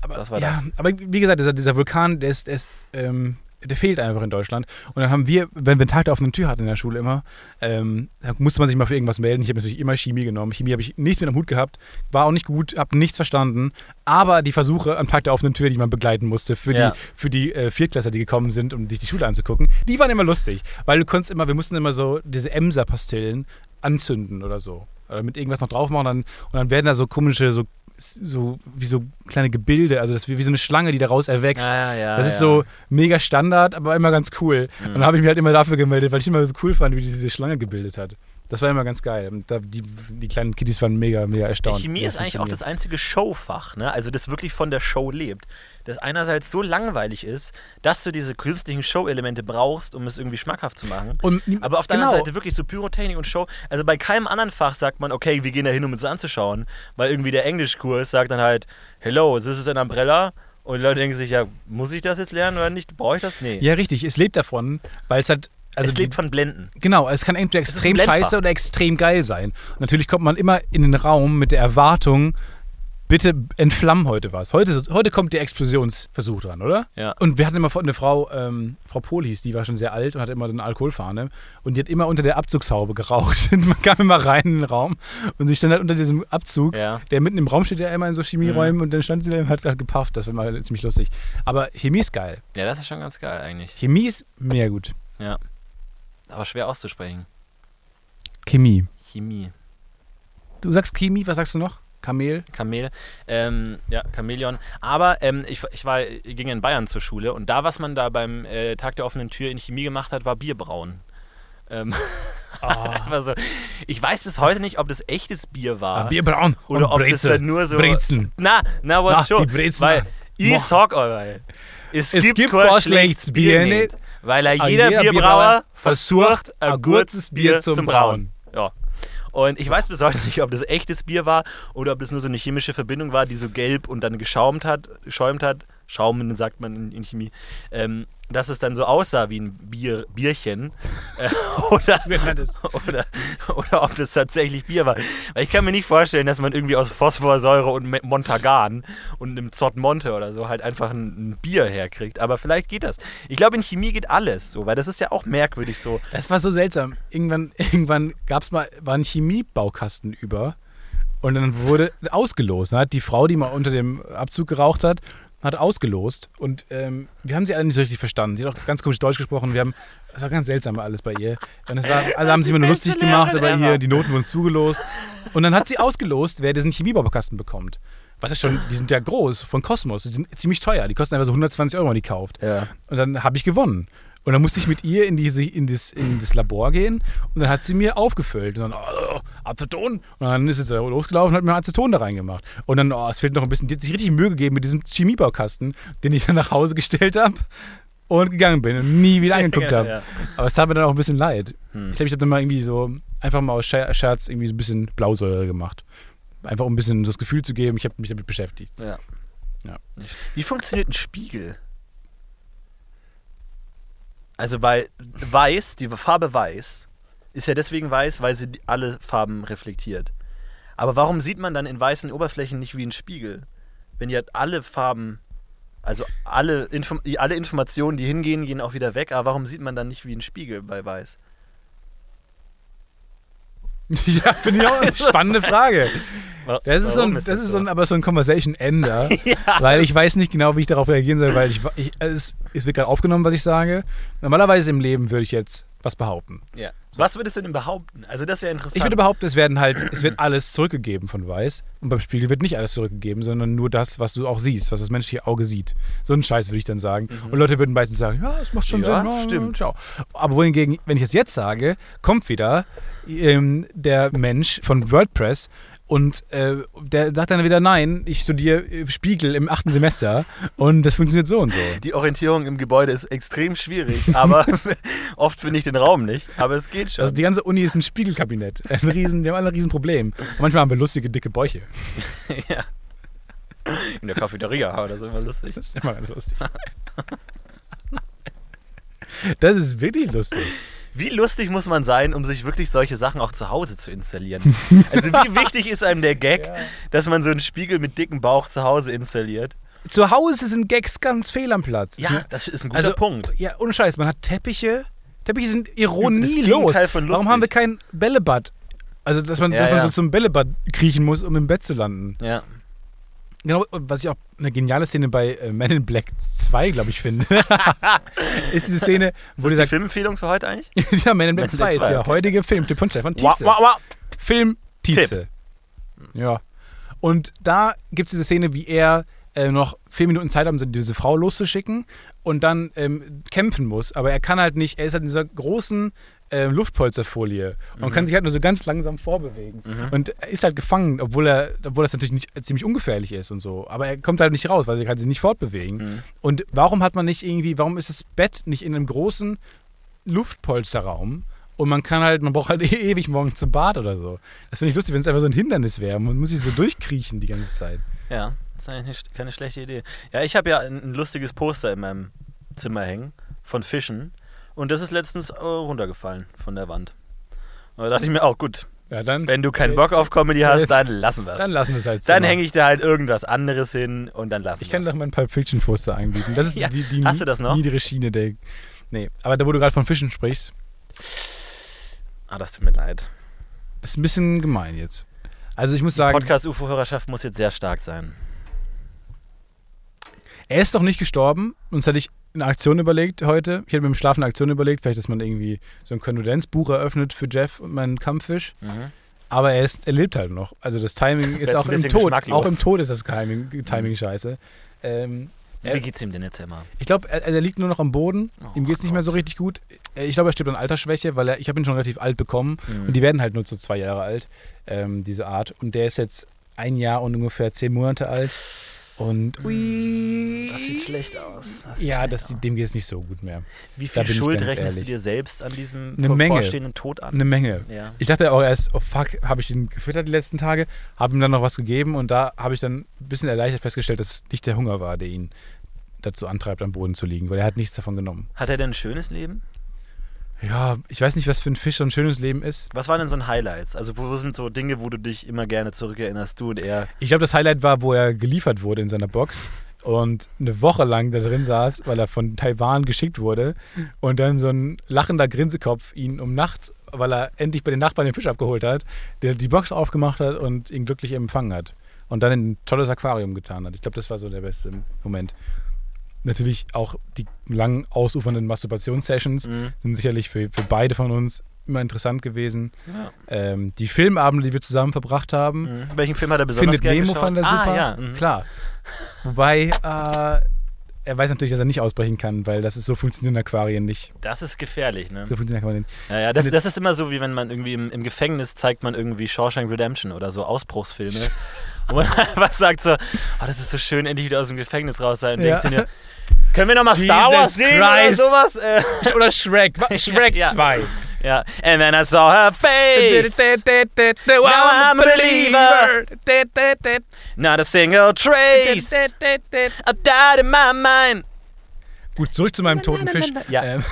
Speaker 1: das, war
Speaker 2: ja,
Speaker 1: das.
Speaker 2: aber wie gesagt, dieser, dieser Vulkan, der ist, der, ist, ähm, der fehlt einfach in Deutschland. Und dann haben wir, wenn wir einen Tag der offenen Tür hatten in der Schule immer, ähm, da musste man sich mal für irgendwas melden. Ich habe natürlich immer Chemie genommen. Chemie habe ich nichts mit am Hut gehabt, war auch nicht gut, habe nichts verstanden. Aber die Versuche am Tag der offenen Tür, die man begleiten musste für
Speaker 1: Ja.
Speaker 2: die, für die äh, Viertklässler, die gekommen sind, um sich die Schule anzugucken, die waren immer lustig. Weil du konntest immer, wir mussten immer so diese Emser-Pastillen anzünden oder so. Oder mit irgendwas noch drauf machen dann, und dann werden da so komische, so, so wie so kleine Gebilde, also das ist wie, wie so eine Schlange, die daraus erwächst.
Speaker 1: Ja, ja, Ah, ja,
Speaker 2: Das ist
Speaker 1: ja. Mhm.
Speaker 2: so mega Standard, aber immer ganz cool. Und dann habe ich mich halt immer dafür gemeldet, weil ich immer so cool fand, wie die diese Schlange gebildet hat. Das war immer ganz geil. Und da, die, die kleinen Kiddies waren mega, mega
Speaker 1: Die
Speaker 2: erstaunt.
Speaker 1: Chemie
Speaker 2: wie
Speaker 1: ist eigentlich auch das
Speaker 2: funktioniert.
Speaker 1: einzige Showfach, ne? also das wirklich von der Show lebt. Das einerseits so langweilig ist, dass du diese künstlichen Show-Elemente brauchst, um es irgendwie schmackhaft zu machen.
Speaker 2: Und,
Speaker 1: Aber auf der
Speaker 2: genau,
Speaker 1: anderen Seite wirklich so Pyrotechnik und Show. Also bei keinem anderen Fach sagt man, okay, wir gehen da hin, um uns das anzuschauen. Weil irgendwie der Englischkurs sagt dann halt, hello, this is an umbrella. Und die Leute denken sich, ja, muss ich das jetzt lernen oder nicht? Brauche ich das? Nee.
Speaker 2: Ja, richtig. Es lebt davon, weil es halt. Also
Speaker 1: es
Speaker 2: die-
Speaker 1: lebt von Blenden.
Speaker 2: Genau, es kann entweder
Speaker 1: ist
Speaker 2: extrem
Speaker 1: ein Blendfach.
Speaker 2: scheiße oder extrem geil sein. Und natürlich kommt man immer in den Raum mit der Erwartung, bitte entflamm heute was. Heute, heute kommt der Explosionsversuch dran, oder?
Speaker 1: Ja.
Speaker 2: Und wir hatten immer eine Frau, ähm, Frau Pohl hieß, die war schon sehr alt und hatte immer eine Alkoholfahne. Und die hat immer unter der Abzugshaube geraucht. Und man kam immer rein in den Raum und sie stand halt unter diesem Abzug,
Speaker 1: Ja. Mhm.
Speaker 2: der mitten im Raum steht, ja immer in so Chemieräumen. Und dann stand sie da und hat, hat gepafft. Das war mal ziemlich lustig. Aber Chemie ist geil.
Speaker 1: Ja, das ist schon ganz geil eigentlich.
Speaker 2: Chemie ist mega gut.
Speaker 1: Aber schwer auszusprechen.
Speaker 2: Chemie.
Speaker 1: Chemie.
Speaker 2: Du sagst Chemie, was sagst du noch? Kamel?
Speaker 1: Kamel, ähm, ja, Chamäleon. Aber ähm, ich, ich war, ging in Bayern zur Schule und da, was man da beim äh, Tag der offenen Tür in Chemie gemacht hat, war Bierbrauen. Ähm, einfach so. Ich weiß bis heute nicht, ob das echtes Bier war.
Speaker 2: Ah, Bierbraun
Speaker 1: Oder ob das dann nur so.
Speaker 2: Brezen.
Speaker 1: Na, na,
Speaker 2: Na,
Speaker 1: was schon.
Speaker 2: Ah, die Brezen.
Speaker 1: Weil, ich
Speaker 2: Boah.
Speaker 1: sag euch, es,
Speaker 2: Es
Speaker 1: gibt,
Speaker 2: gibt
Speaker 1: kein
Speaker 2: kein
Speaker 1: schlechtes
Speaker 2: schlechtes
Speaker 1: Bier
Speaker 2: Bier
Speaker 1: nicht. Weil er
Speaker 2: Ah,
Speaker 1: jeder,
Speaker 2: jeder
Speaker 1: Bierbrauer
Speaker 2: Bierbrauer
Speaker 1: versucht, ein gutes Bier zum
Speaker 2: zum
Speaker 1: Brauen. Ja. Und ich weiß bis heute nicht, ob das echtes Bier war oder ob das nur so eine chemische Verbindung war, die so gelb und dann geschaumt hat, schäumt hat. Schaumen sagt man in, in Chemie. Ähm, dass es dann so aussah wie ein Bier, Bierchen. Äh, oder, oder, oder ob das tatsächlich Bier war. Weil ich kann mir nicht vorstellen, dass man irgendwie aus Phosphorsäure und Me- Montagan und einem Zott Monte oder so halt einfach ein, ein Bier herkriegt. Aber vielleicht geht das. Ich glaube, in Chemie geht alles so, weil das ist ja auch merkwürdig so.
Speaker 2: Das war so seltsam. Irgendwann, irgendwann gab es mal, war ein Chemiebaukasten über und dann wurde ausgelost. Dann hat die Frau, die mal unter dem Abzug geraucht hat, hat ausgelost und ähm, wir haben sie alle nicht so richtig verstanden. Sie hat auch ganz komisch Deutsch gesprochen. Wir haben, das war ganz seltsam alles bei ihr. Und es war, alle haben sich immer nur
Speaker 1: beste
Speaker 2: lustig gemacht über
Speaker 1: Lehrerin ever.
Speaker 2: ihr, die Noten wurden zugelost. Und dann hat sie ausgelost, wer diesen Chemiebaukasten bekommt. Was ist schon, die sind ja groß, von Kosmos, die sind ziemlich teuer. Die kosten einfach so 120 Euro, wenn man die kauft.
Speaker 1: Ja.
Speaker 2: Und dann habe ich gewonnen. Und dann musste ich mit ihr in, diese, in, das, in das Labor gehen und dann hat sie mir aufgefüllt. Und dann, oh, Aceton. Und dann ist sie da losgelaufen und hat mir Aceton da reingemacht. Und dann, oh, es fehlt noch ein bisschen. Die hat sich richtig Mühe gegeben mit diesem Chemiebaukasten, den ich dann nach Hause gestellt habe und gegangen bin und nie wieder angeguckt
Speaker 1: Ja,
Speaker 2: habe.
Speaker 1: ja.
Speaker 2: Aber es tat mir dann auch ein bisschen leid. Ich glaube, ich habe dann mal irgendwie so, einfach mal aus Scher- Scherz irgendwie so ein bisschen Blausäure gemacht. Einfach um ein bisschen das Gefühl zu geben, ich habe mich damit beschäftigt.
Speaker 1: Ja.
Speaker 2: Ja.
Speaker 1: Wie funktioniert ein Spiegel? Also, weil weiß, die Farbe weiß, ist ja deswegen weiß, weil sie die- alle Farben reflektiert. Aber warum sieht man dann in weißen Oberflächen nicht wie ein Spiegel?
Speaker 3: wenn die halt alle Farben, also alle, Info alle Informationen, die hingehen, gehen auch wieder weg. Aber warum sieht man dann nicht wie ein Spiegel bei Weiß?
Speaker 2: ja, finde ich auch eine spannende Frage.
Speaker 3: Wa-
Speaker 2: Das ist, so
Speaker 3: warum
Speaker 2: ein, das
Speaker 3: das
Speaker 2: ist
Speaker 3: so?
Speaker 2: so ein, aber so ein Conversation Ender, weil ich weiß nicht genau, wie ich darauf reagieren soll, weil ich, ich also es, es wird gerade aufgenommen, was ich sage. Normalerweise im Leben würde ich jetzt was behaupten.
Speaker 3: ja. Was würdest du denn behaupten? Also das ist ja interessant.
Speaker 2: Ich würde behaupten, es werden halt, es wird alles zurückgegeben von Weiß und beim Spiegel wird nicht alles zurückgegeben, sondern nur das, was du auch siehst, was das menschliche Auge sieht. So einen Scheiß würde ich dann sagen. Und Leute würden meistens sagen, ja, das macht schon
Speaker 3: Mhm. Ja,
Speaker 2: Sinn. ne,
Speaker 3: stimmt.
Speaker 2: Ciao. Aber wohingegen, wenn ich es jetzt sage, kommt wieder ähm, der Mensch von WordPress und äh, der sagt dann wieder, nein, ich studiere äh, Spiegel im achten Semester und das funktioniert so und so.
Speaker 3: die Orientierung im Gebäude ist extrem schwierig, aber oft finde ich den Raum nicht. Aber es geht schon.
Speaker 2: Also die ganze Uni ist ein Spiegelkabinett. Ein riesen, wir haben alle ein Riesenproblem. Und manchmal haben wir lustige, dicke Bäuche.
Speaker 3: ja. In der Cafeteria, das ist immer lustig.
Speaker 2: Das ist immer ganz lustig. Das ist wirklich lustig.
Speaker 3: Wie lustig muss man sein, um sich wirklich solche Sachen auch zu Hause zu installieren? Also wie wichtig ist einem der Gag, dass man so einen Spiegel mit dickem Bauch zu Hause installiert? Ne?
Speaker 2: Zu Hause sind Gags ganz fehl am Platz. Ist
Speaker 3: Ja,
Speaker 2: mir-
Speaker 3: das ist ein guter
Speaker 2: also,
Speaker 3: Punkt.
Speaker 2: Ja, ohne Scheiß, man hat Teppiche. Teppiche sind
Speaker 3: Das
Speaker 2: ironielos.
Speaker 3: Gegenteil von lustig.
Speaker 2: Warum haben wir kein Bällebad? Also, dass man,
Speaker 3: Ja,
Speaker 2: dass man
Speaker 3: ja.
Speaker 2: so zum Bällebad kriechen muss, um im Bett zu landen.
Speaker 3: Ja.
Speaker 2: Genau, und was ich auch eine geniale Szene bei äh, Men in Black 2, glaube ich, finde, ist diese Szene, wo
Speaker 3: Ist das
Speaker 2: dieser.
Speaker 3: die Filmempfehlung für heute eigentlich?
Speaker 2: ja, Men in Black
Speaker 3: Men in
Speaker 2: 2 ist
Speaker 3: Black
Speaker 2: der
Speaker 3: 2,
Speaker 2: heutige Filmtipp von Stefan Tietze.
Speaker 3: Wah, wah, wah.
Speaker 2: Film Tietze. Ja. Und da gibt es diese Szene, wie er äh, noch vier Minuten Zeit haben, diese Frau loszuschicken und dann ähm, kämpfen muss. Aber er kann halt nicht, er ist halt in dieser großen äh, Luftpolsterfolie
Speaker 3: Mhm.
Speaker 2: und kann sich halt nur so ganz langsam vorbewegen. Und er ist halt gefangen, obwohl er, obwohl das natürlich nicht, ziemlich ungefährlich ist und so. Aber er kommt halt nicht raus, weil er kann sich nicht fortbewegen.
Speaker 3: Mhm.
Speaker 2: Und warum hat man nicht irgendwie, warum ist das Bett nicht in einem großen Luftpolsterraum und man kann halt, man braucht halt ewig morgen zum Bad oder so. Das finde ich lustig, wenn es einfach so ein Hindernis wäre. Man muss sich so durchkriechen die ganze Zeit.
Speaker 3: Ja, das ist eigentlich eine sch- keine schlechte Idee. Ja, ich habe ja ein, ein lustiges Poster in meinem Zimmer hängen von Fischen und das ist letztens äh, runtergefallen von der Wand. Und da dachte ich mir, oh gut,
Speaker 2: Ja, dann,
Speaker 3: wenn du keinen Bock auf Comedy hast,
Speaker 2: Jetzt-
Speaker 3: dann lassen wir
Speaker 2: dann
Speaker 3: es.
Speaker 2: lassen wir es halt
Speaker 3: Dann
Speaker 2: so.
Speaker 3: hänge ich da halt irgendwas anderes hin und dann lassen
Speaker 2: Ich kann
Speaker 3: wir's.
Speaker 2: doch mein Pulp Fiction Poster anbieten. Das ist
Speaker 3: Ja,
Speaker 2: die, die
Speaker 3: hast du das noch?
Speaker 2: niedere Schiene der. Nee, aber da, wo du gerade von Fischen sprichst,
Speaker 3: Ah, das tut mir leid.
Speaker 2: das ist ein bisschen gemein jetzt. Also ich muss sagen,
Speaker 3: Podcast-UFO-Hörerschaft muss jetzt sehr stark sein.
Speaker 2: er ist doch nicht gestorben. Uns hätte ich eine Aktion überlegt heute. Ich hätte mir im Schlafen eine Aktion überlegt, vielleicht, dass man irgendwie so ein Kondolenzbuch eröffnet für Jeff und meinen Kampffisch. Aber er, ist, er lebt halt noch. Also das Timing
Speaker 3: Mhm. Das wär
Speaker 2: ist
Speaker 3: jetzt
Speaker 2: auch
Speaker 3: ein
Speaker 2: im
Speaker 3: bisschen
Speaker 2: Tod.
Speaker 3: geschmacklos.
Speaker 2: Auch im Tod ist das Timing, Timing scheiße. Ähm, Ja.
Speaker 3: Wie geht's ihm denn jetzt immer?
Speaker 2: ich glaube, er, er liegt nur noch am Boden.
Speaker 3: Oh
Speaker 2: Ihm geht es nicht mehr so richtig gut. Äh, Ich glaube, er stirbt an Altersschwäche, weil er, ich habe ihn schon relativ alt bekommen.
Speaker 3: Mhm.
Speaker 2: Und die werden halt nur so zwei Jahre alt, ähm, diese Art. Und der ist jetzt ein Jahr und ungefähr zehn Monate alt. Und
Speaker 3: Mhm.
Speaker 2: ui.
Speaker 3: Das sieht schlecht aus. Das sieht
Speaker 2: Ja,
Speaker 3: schlecht
Speaker 2: das,
Speaker 3: aus.
Speaker 2: dem geht es nicht so gut mehr.
Speaker 3: Wie viel
Speaker 2: bin ich
Speaker 3: Schuld
Speaker 2: ganz
Speaker 3: rechnest du
Speaker 2: ehrlich.
Speaker 3: dir selbst an diesem
Speaker 2: Eine
Speaker 3: vor-
Speaker 2: Menge.
Speaker 3: bevorstehenden Tod an?
Speaker 2: Eine Menge.
Speaker 3: Ja.
Speaker 2: Ich dachte auch erst, oh fuck, habe ich ihn gefüttert die letzten Tage, habe ihm dann noch was gegeben und da habe ich dann ein bisschen erleichtert festgestellt, dass es nicht der Hunger war, der ihn dazu antreibt, am Boden zu liegen, weil er hat nichts davon genommen.
Speaker 3: Hat er denn ein schönes Leben?
Speaker 2: Ja, ich weiß nicht, was für ein Fisch so ein schönes Leben ist.
Speaker 3: Was waren denn so ein Highlights? Also wo wo sind so Dinge, wo du dich immer gerne zurückerinnerst, du und er?
Speaker 2: Ich glaube, das Highlight war, wo er geliefert wurde in seiner Box und eine Woche lang da drin saß, weil er von Taiwan geschickt wurde und dann so ein lachender Grinsekopf ihn um nachts, weil er endlich bei den Nachbarn den Fisch abgeholt hat, der die Box aufgemacht hat und ihn glücklich empfangen hat und dann in ein tolles Aquarium getan hat. Ich glaube, das war so der beste Moment. Natürlich auch die langen, ausufernden Masturbationssessions sind sicherlich für, für beide von uns immer interessant gewesen.
Speaker 3: Ja.
Speaker 2: Ähm, die Filmabende, die wir zusammen verbracht haben,
Speaker 3: Mhm. Welchen Film hat er besonders
Speaker 2: Findet
Speaker 3: gerne
Speaker 2: Nemo
Speaker 3: geschaut?
Speaker 2: fand er super.
Speaker 3: Ah, ja. mhm.
Speaker 2: Klar. Wobei, äh, er weiß natürlich, dass er nicht ausbrechen kann, weil das ist so funktionieren Aquarien nicht.
Speaker 3: Das ist gefährlich, ne?
Speaker 2: So funktionieren Aquarien nicht.
Speaker 3: Ja, ja, das, das ist immer so, wie wenn man irgendwie im, im Gefängnis zeigt man irgendwie Shawshank Redemption oder so Ausbruchsfilme. wo man einfach sagt so, oh, das ist so schön, endlich wieder aus dem Gefängnis raus sein. Und
Speaker 2: Ja.
Speaker 3: denkst dir, nur, können wir nochmal Star
Speaker 2: Jesus
Speaker 3: Wars sehen
Speaker 2: Christ.
Speaker 3: oder sowas? Äh,
Speaker 2: Oder Shrek. wa- Shrek
Speaker 3: Ja.
Speaker 2: 2.
Speaker 3: ja. And then I saw her face.
Speaker 2: Now
Speaker 3: I'm a believer. Not a single trace. I died in my mind.
Speaker 2: Gut, zurück zu meinem toten Fisch.
Speaker 3: Ja.
Speaker 2: Ähm,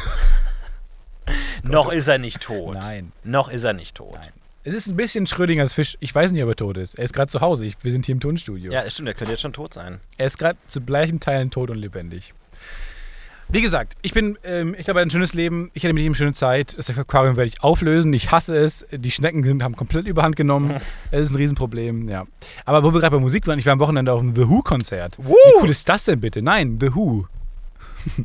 Speaker 3: Noch ist er nicht tot.
Speaker 2: nein.
Speaker 3: Noch ist er nicht tot.
Speaker 2: Nein. Es ist ein bisschen Schrödingers Fisch. Ich weiß nicht, ob er tot ist. Er ist gerade zu Hause. Ich, wir sind hier im Tonstudio.
Speaker 3: Ja, stimmt, der könnte jetzt schon tot sein.
Speaker 2: Er ist gerade zu gleichen Teilen tot und lebendig. Wie gesagt, ich bin, ähm, ich habe ein schönes Leben. Ich hatte mit ihm eine schöne Zeit. Das Aquarium werde ich auflösen. Ich hasse es. Die Schnecken sind, haben komplett überhand genommen. es ist ein Riesenproblem, ja. Aber wo wir gerade bei Musik waren, ich war am Wochenende auf einem The Who-Konzert.
Speaker 3: Woo!
Speaker 2: Wie cool ist das denn bitte? Nein, The Who.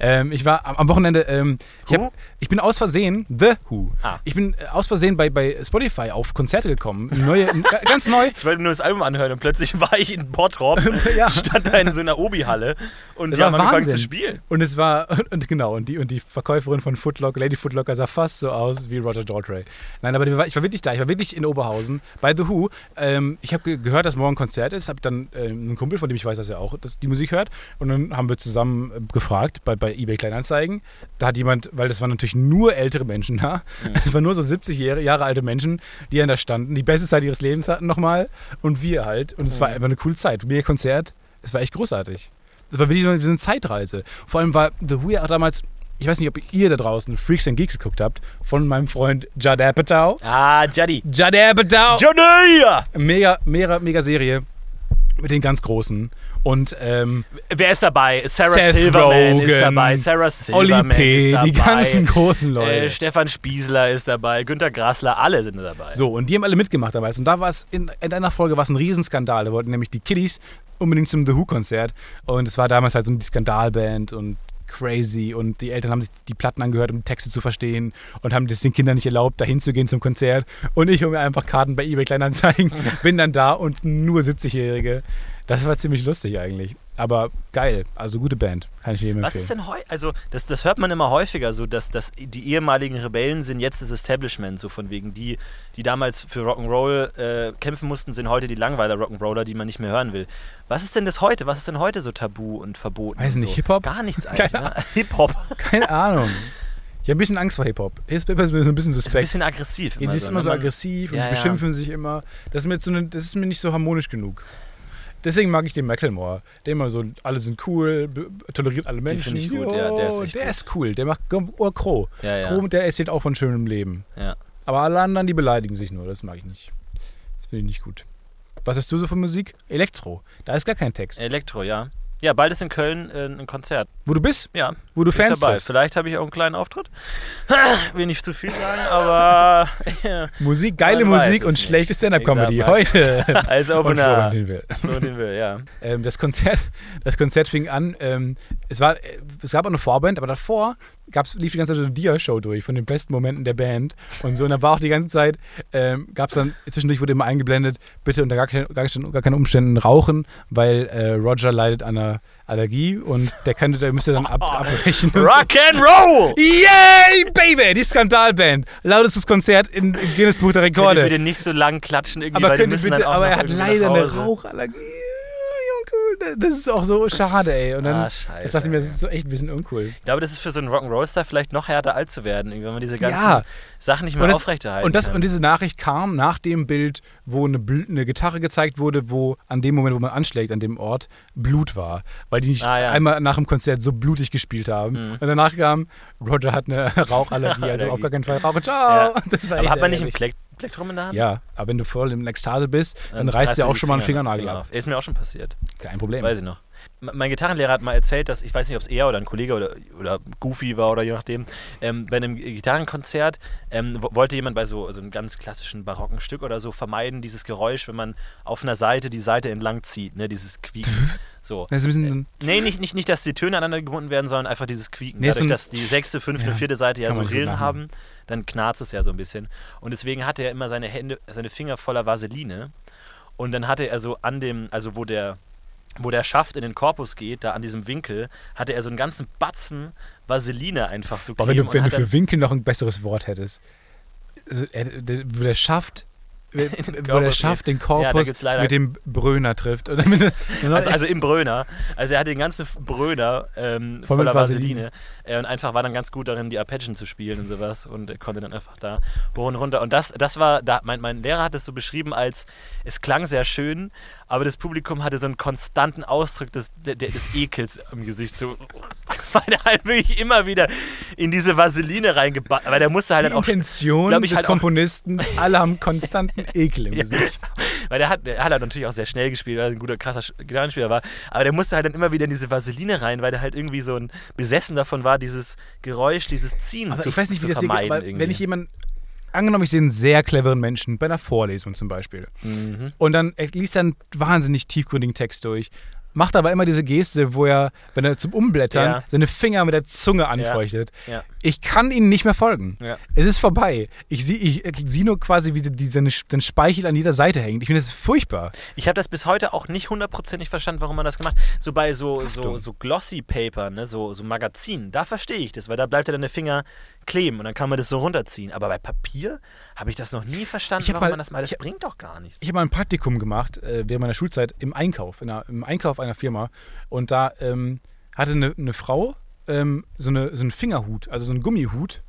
Speaker 2: ähm, ich war am, am Wochenende, ähm, ich,
Speaker 3: Who?
Speaker 2: hab, ich bin aus Versehen, The Who.
Speaker 3: Ah.
Speaker 2: Ich bin äh, aus Versehen bei, bei Spotify auf Konzerte gekommen. Neue, ga- ganz neu.
Speaker 3: Ich wollte nur das Album anhören und plötzlich war ich in Bottrop,
Speaker 2: Ja.
Speaker 3: stand da in so einer Obi-Halle und
Speaker 2: Das
Speaker 3: die
Speaker 2: war
Speaker 3: haben angefangen
Speaker 2: Wahnsinn.
Speaker 3: zu spielen.
Speaker 2: Und es war, und, und genau, und die, und die Verkäuferin von Footlock, Lady Footlocker, sah fast so aus wie Roger Daltrey. Nein, aber die war, ich war wirklich da, ich war wirklich in Oberhausen bei The Who. Ähm, ich habe ge gehört, dass morgen ein Konzert ist, habe dann ähm, einen Kumpel, von dem ich weiß, dass er auch dass die Musik hört. Und dann haben wir zusammen äh, gefragt bei, bei eBay Kleinanzeigen. Da hat jemand, weil das waren natürlich nur ältere Menschen da, es waren nur so 70 Jahre, Jahre alte Menschen, die dann da standen, die beste Zeit ihres Lebens hatten nochmal und wir halt. Und es war einfach eine coole Zeit. Mega Konzert, es war echt großartig. Das war wirklich so eine- so eine Zeitreise. Vor allem war The Who ja auch damals, ich weiß nicht, ob ihr da draußen Freaks and Geeks geguckt habt, von meinem Freund Judd Apatow.
Speaker 3: Ah, Jaddy.
Speaker 2: Judd Apatow!
Speaker 3: Johnny!
Speaker 2: Mega, mega, mega Serie mit den ganz Großen. Und ähm,
Speaker 3: Wer ist dabei? Sarah
Speaker 2: Seth
Speaker 3: Silverman ist
Speaker 2: Rogen,
Speaker 3: dabei. Sarah
Speaker 2: Oli
Speaker 3: Silverman
Speaker 2: P.,
Speaker 3: ist dabei.
Speaker 2: die ganzen großen Leute.
Speaker 3: Äh, Stefan Spießler ist dabei. Günter Grassler, alle sind dabei.
Speaker 2: So, und die haben alle mitgemacht damals. Und da war es, in, in einer Folge war es ein Riesenskandal. Da wollten nämlich die Kiddies unbedingt zum The Who-Konzert. Und es war damals halt so die Skandalband und crazy. Und die Eltern haben sich die Platten angehört, um die Texte zu verstehen. Und haben das den Kindern nicht erlaubt, da hinzugehen zum Konzert. Und ich hole mir einfach Karten bei eBay Kleinanzeigen, bin dann da und nur 70-Jährige. Das war ziemlich lustig eigentlich. Aber geil. Also gute Band. Kann ich jedem empfehlen.
Speaker 3: Was ist denn heute? Also, das, das hört man immer häufiger so, dass, dass die ehemaligen Rebellen sind jetzt das Establishment, so von wegen. Die, die damals für Rock'n'Roll äh, kämpfen mussten, sind heute die Langweiler Rock'n'Roller, die man nicht mehr hören will. Was ist denn das heute? Was ist denn heute so tabu und verboten?
Speaker 2: Weiß
Speaker 3: und
Speaker 2: nicht,
Speaker 3: so?
Speaker 2: Hip-Hop?
Speaker 3: Gar nichts eigentlich.
Speaker 2: Keine
Speaker 3: Ne? Hip-Hop.
Speaker 2: Keine Ahnung. Ich habe ein bisschen Angst vor Hip-Hop. Hip-Hop ist mir so ein bisschen
Speaker 3: Ist ein
Speaker 2: suspekt.
Speaker 3: bisschen aggressiv.
Speaker 2: Ja, die sind immer
Speaker 3: ne?
Speaker 2: so
Speaker 3: Man-
Speaker 2: aggressiv und
Speaker 3: Ja,
Speaker 2: die
Speaker 3: ja.
Speaker 2: beschimpfen sich immer. Das ist, mir jetzt so eine, das ist mir nicht so harmonisch genug. Deswegen mag ich den Macklemore. Der immer so, alle sind cool, be- toleriert alle Menschen.
Speaker 3: finde ich gut, ja, der ist echt
Speaker 2: der
Speaker 3: gut.
Speaker 2: ist cool, der macht Urkro.
Speaker 3: Ja, ja.
Speaker 2: Kro, der erzählt auch von schönem Leben.
Speaker 3: Ja.
Speaker 2: Aber alle anderen, die beleidigen sich nur, das mag ich nicht. Das finde ich nicht gut. Was hast du so für Musik? Elektro. Da ist gar kein Text.
Speaker 3: Elektro, ja. Ja, bald ist in Köln äh, ein Konzert.
Speaker 2: Wo du bist,
Speaker 3: Ja,
Speaker 2: wo du
Speaker 3: bin ich
Speaker 2: Fans
Speaker 3: dabei.
Speaker 2: triffst.
Speaker 3: Vielleicht habe ich auch einen kleinen Auftritt. Will nicht zu viel sagen, aber
Speaker 2: Musik, geile
Speaker 3: Man weiß
Speaker 2: Musik
Speaker 3: es
Speaker 2: und
Speaker 3: nicht.
Speaker 2: schlechte Stand-Up-Comedy.
Speaker 3: Ich
Speaker 2: Heute.
Speaker 3: als
Speaker 2: Und Florian
Speaker 3: Opener.
Speaker 2: Hilbert.
Speaker 3: Florian will, ja.
Speaker 2: Ähm, das, Konzert, das Konzert fing an. Ähm, es, war, äh, es gab auch eine Vorband, aber davor gab's, lief die ganze Zeit so eine Dia-Show durch von den besten Momenten der Band. Und so, und da war auch die ganze Zeit, ähm, gab es dann, zwischendurch wurde immer eingeblendet, bitte unter gar, kein, gar, kein- gar keinen Umständen rauchen, weil äh, Roger leidet an einer Allergie und der könnte, der müsste dann ab, abbrechen. und so.
Speaker 3: Rock'n'Roll!
Speaker 2: Yay, baby! Die Skandalband. Lautestes Konzert in, im Guinness Buch der
Speaker 3: Könnt ihr
Speaker 2: Rekorde.
Speaker 3: bitte nicht so lang klatschen irgendwie,
Speaker 2: Aber,
Speaker 3: weil die
Speaker 2: könnt ihr
Speaker 3: müssen
Speaker 2: bitte,
Speaker 3: dann auch
Speaker 2: aber
Speaker 3: noch
Speaker 2: er hat
Speaker 3: irgendwie nach
Speaker 2: leider eine
Speaker 3: Hause.
Speaker 2: Rauchallergie. Ja, Junge, Das ist auch so schade, ey. Und dann
Speaker 3: Ah, scheiße,
Speaker 2: ich dachte ich mir, ne? das
Speaker 3: ey.
Speaker 2: ist so echt ein bisschen uncool.
Speaker 3: Ich glaube, das ist für so einen Rock'n'Roll-Star vielleicht noch härter alt zu werden, irgendwie, wenn man diese ganzen
Speaker 2: Ja.
Speaker 3: Sachen nicht mehr
Speaker 2: das,
Speaker 3: aufrechterhalten
Speaker 2: und, das,
Speaker 3: kann.
Speaker 2: und diese Nachricht kam nach dem Bild, wo eine, Bl eine Gitarre gezeigt wurde, wo an dem Moment, wo man anschlägt, an dem Ort, Blut war. Weil die nicht
Speaker 3: Ah, ja. Mhm.
Speaker 2: einmal nach dem Konzert so blutig gespielt haben. Und danach kam, Roger hat eine Rauchallergie, also auf gar keinen Fall rauchen. Ciao!
Speaker 3: Ja.
Speaker 2: Das war
Speaker 3: aber
Speaker 2: echt
Speaker 3: hat man nicht ein
Speaker 2: ärgerlich.
Speaker 3: Plek Plektrum in der Hand?
Speaker 2: Ja, aber wenn du voll im Ekstase bist, dann, reißt dir
Speaker 3: du
Speaker 2: auch
Speaker 3: die
Speaker 2: schon mal einen
Speaker 3: Finger-
Speaker 2: Fingernagel
Speaker 3: Finger
Speaker 2: ab.
Speaker 3: auf. Ist mir auch schon passiert.
Speaker 2: Kein Problem.
Speaker 3: Weiß ich noch. M- Mein Gitarrenlehrer hat mal erzählt, dass, ich weiß nicht, ob es er oder ein Kollege oder, oder Goofy war oder je nachdem, ähm, bei einem Gitarrenkonzert ähm, wo- wollte jemand bei so, so einem ganz klassischen barocken Stück oder so vermeiden, dieses Geräusch, wenn man auf einer Seite die Seite entlang zieht, ne, dieses Quieken. So.
Speaker 2: Das ist ein bisschen so ein
Speaker 3: Nee, nicht, nicht, nicht, dass die Töne aneinander gebunden werden, sondern einfach dieses Quieken.
Speaker 2: Nee,
Speaker 3: Dadurch,
Speaker 2: so ein-
Speaker 3: dass die sechste, fünfte,
Speaker 2: Ja,
Speaker 3: vierte Seite ja
Speaker 2: kann
Speaker 3: so
Speaker 2: man gut
Speaker 3: Rillen
Speaker 2: nachmachen.
Speaker 3: haben, dann knarzt es ja so ein bisschen. Und deswegen hatte er immer seine Hände, seine Finger voller Vaseline. Und dann hatte er so an dem, also wo der, wo der Schaft in den Korpus geht, da an diesem Winkel, hatte er so einen ganzen Batzen Vaseline einfach so
Speaker 2: Boah, wenn
Speaker 3: kleben
Speaker 2: du,
Speaker 3: und
Speaker 2: wenn du
Speaker 3: hat dann-
Speaker 2: für Winkel noch ein besseres Wort hättest. Also, er- äh, der, wo der schafft, wo der Schaft den
Speaker 3: Ja, da
Speaker 2: Korpus
Speaker 3: gibt's leider-
Speaker 2: mit dem Bröner trifft. Und dann-
Speaker 3: Also, also im Bröner. Also er hatte den ganzen Bröner ähm,
Speaker 2: Voll mit
Speaker 3: voller
Speaker 2: Vaseline.
Speaker 3: Vaseline. Äh, und einfach war dann ganz gut darin, die Arpeggen zu spielen und sowas. Und äh, konnte dann einfach da hoch und runter. Und das, das war, da, mein, mein Lehrer hat es so beschrieben als, es klang sehr schön, aber das Publikum hatte so einen konstanten Ausdruck des, der- der- des Ekels im Gesicht. So, weil er halt wirklich immer wieder in diese Vaseline reingebaut. Weil der musste halt
Speaker 2: die
Speaker 3: dann auch
Speaker 2: Intention
Speaker 3: glaub ich,
Speaker 2: des
Speaker 3: halt auch-
Speaker 2: Komponisten, alle haben konstanten Ekel im
Speaker 3: Ja.
Speaker 2: Gesicht.
Speaker 3: Weil der hat, der hat halt natürlich auch sehr schnell gespielt, weil er ein guter, krasser Sch- Gitarrenspieler war. Aber der musste halt dann immer wieder in diese Vaseline rein, weil der halt irgendwie so ein Besessen davon war, dieses Geräusch, dieses Ziehen
Speaker 2: Aber
Speaker 3: zu,
Speaker 2: Also, ich weiß nicht,
Speaker 3: zu
Speaker 2: wie das hier geht,
Speaker 3: vermeiden.
Speaker 2: aber
Speaker 3: irgendwie.
Speaker 2: wenn ich jemanden, angenommen, ich sehe einen sehr cleveren Menschen bei einer Vorlesung zum Beispiel
Speaker 3: Mhm.
Speaker 2: und dann er liest er einen wahnsinnig tiefgründigen Text durch, macht aber immer diese Geste, wo er, wenn er zum Umblättern,
Speaker 3: Ja.
Speaker 2: seine Finger mit der Zunge anfeuchtet.
Speaker 3: Ja.
Speaker 2: Ich kann ihnen nicht mehr folgen.
Speaker 3: Ja.
Speaker 2: Es ist vorbei. Ich sehe ich, ich sehe nur quasi, wie die, die, seine, den Speichel an jeder Seite hängt. Ich finde das furchtbar.
Speaker 3: Ich habe das bis heute auch nicht hundertprozentig verstanden, warum man das gemacht hat. So bei so, so, so Glossy Paper, ne, so, so Magazinen, da verstehe ich das, weil da bleibt ja dann der Finger kleben und dann kann man das so runterziehen. Aber bei Papier habe ich das noch nie verstanden,
Speaker 2: Ich hab
Speaker 3: warum
Speaker 2: mal-
Speaker 3: man das mal. Das
Speaker 2: ich-
Speaker 3: bringt doch gar nichts.
Speaker 2: Ich habe mal ein Praktikum gemacht äh, während meiner Schulzeit im Einkauf, in einer, im Einkauf einer Firma. Und da ähm, hatte eine, eine Frau ähm, so, eine, so einen Fingerhut, also so einen Gummihut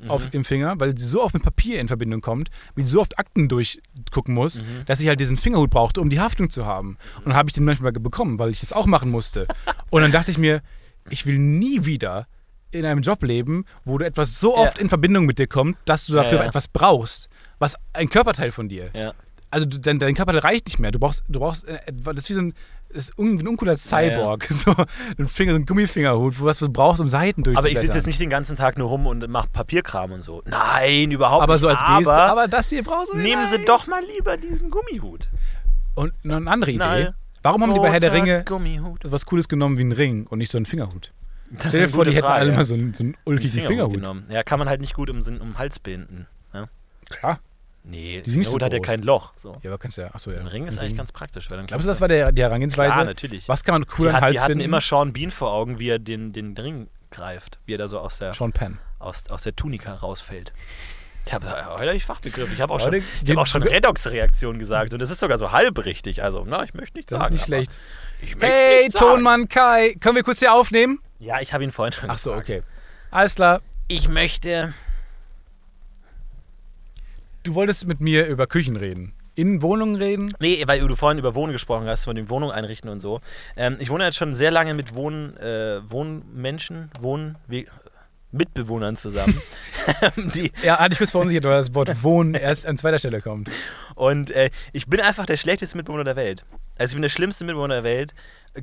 Speaker 3: Mhm.
Speaker 2: auf, im Finger, weil sie so oft mit Papier in Verbindung kommt, wie sie so oft Akten durchgucken muss,
Speaker 3: Mhm.
Speaker 2: dass ich halt diesen Fingerhut brauchte, um die Haftung zu haben. Und dann habe ich den manchmal ge- bekommen, weil ich das auch machen musste. Und dann dachte ich mir, ich will nie wieder in einem Job leben, wo du etwas so
Speaker 3: Ja.
Speaker 2: oft in Verbindung mit dir kommt, dass du
Speaker 3: Ja,
Speaker 2: dafür
Speaker 3: ja.
Speaker 2: etwas brauchst, was ein Körperteil von dir
Speaker 3: Ja.
Speaker 2: also du- dein, dein Körper reicht nicht mehr. Du brauchst, du brauchst, äh, etwa- das ist wie so ein, das ist un, ein uncooler Cyborg, so ein Finger, so ein Gummifingerhut, wo was du brauchst, um Seiten
Speaker 3: Aber
Speaker 2: durchzublättern.
Speaker 3: ich sitze jetzt nicht den ganzen Tag nur rum und mache Papierkram und so. Nein, überhaupt
Speaker 2: Aber
Speaker 3: nicht.
Speaker 2: so als Geste.
Speaker 3: Aber-
Speaker 2: Aber, das hier brauchst du
Speaker 3: Nehmen Sie
Speaker 2: vielleicht.
Speaker 3: doch mal lieber diesen Gummihut.
Speaker 2: Und noch eine andere Idee.
Speaker 3: Nein.
Speaker 2: Warum haben die bei Herr der
Speaker 3: Roter
Speaker 2: Ringe
Speaker 3: Gummihut.
Speaker 2: was Cooles genommen wie einen Ring und nicht so einen Fingerhut?
Speaker 3: Das
Speaker 2: Stell dir vor, die hätten alle mal
Speaker 3: ja.
Speaker 2: so einen, so einen
Speaker 3: Einen
Speaker 2: ulkigen Fingerhut.
Speaker 3: genommen. Ja, kann man halt nicht gut um, den- um den Hals binden. Ja?
Speaker 2: Klar.
Speaker 3: Nee,
Speaker 2: Die sind nicht so
Speaker 3: Fingerhut hat ja
Speaker 2: groß.
Speaker 3: kein Loch. So.
Speaker 2: Ja, aber kannst du ja. Achso, ja.
Speaker 3: Ein Ring ist eigentlich ganz praktisch. Weil dann
Speaker 2: Glaubst du, das war der, die Herangehensweise?
Speaker 3: Klar, natürlich.
Speaker 2: Was kann man
Speaker 3: die,
Speaker 2: cool an den
Speaker 3: hat, die
Speaker 2: Hals
Speaker 3: hatten
Speaker 2: binden?
Speaker 3: immer Sean Bean vor Augen, wie er den, den Ring greift. Wie er da so aus der,
Speaker 2: Sean Penn.
Speaker 3: aus, aus der Tunika rausfällt. Ich habe heute hab ich Fachbegriff. Ich habe auch, schon-
Speaker 2: Heute
Speaker 3: ich hab
Speaker 2: geht-
Speaker 3: auch schon Redox-Reaktion gesagt. Und das ist sogar so halb richtig. Also, na, ich möchte nicht
Speaker 2: Das
Speaker 3: sagen.
Speaker 2: ist nicht
Speaker 3: aber-
Speaker 2: schlecht.
Speaker 3: Ich möchte
Speaker 2: Hey,
Speaker 3: nicht sagen.
Speaker 2: Tonmann Kai, können wir kurz hier aufnehmen?
Speaker 3: Ja, ich habe ihn vorhin schon
Speaker 2: Ach so,
Speaker 3: gefragt.
Speaker 2: okay. Alles klar.
Speaker 3: Ich möchte.
Speaker 2: Du wolltest mit mir über Küchen reden. In Wohnungen reden?
Speaker 3: Nee, weil du vorhin über Wohnen gesprochen hast, von dem Wohnung einrichten und so. Ähm, ich wohne jetzt schon sehr lange mit Wohn, äh, Wohnmenschen, Wohn wie, Mitbewohnern zusammen. die,
Speaker 2: Ja, hatte ich kurz verunsichert, weil das Wort Wohnen erst an zweiter Stelle kommt.
Speaker 3: und äh, ich bin einfach der schlechteste Mitbewohner der Welt. Also ich bin der schlimmste Mitbewohner der Welt.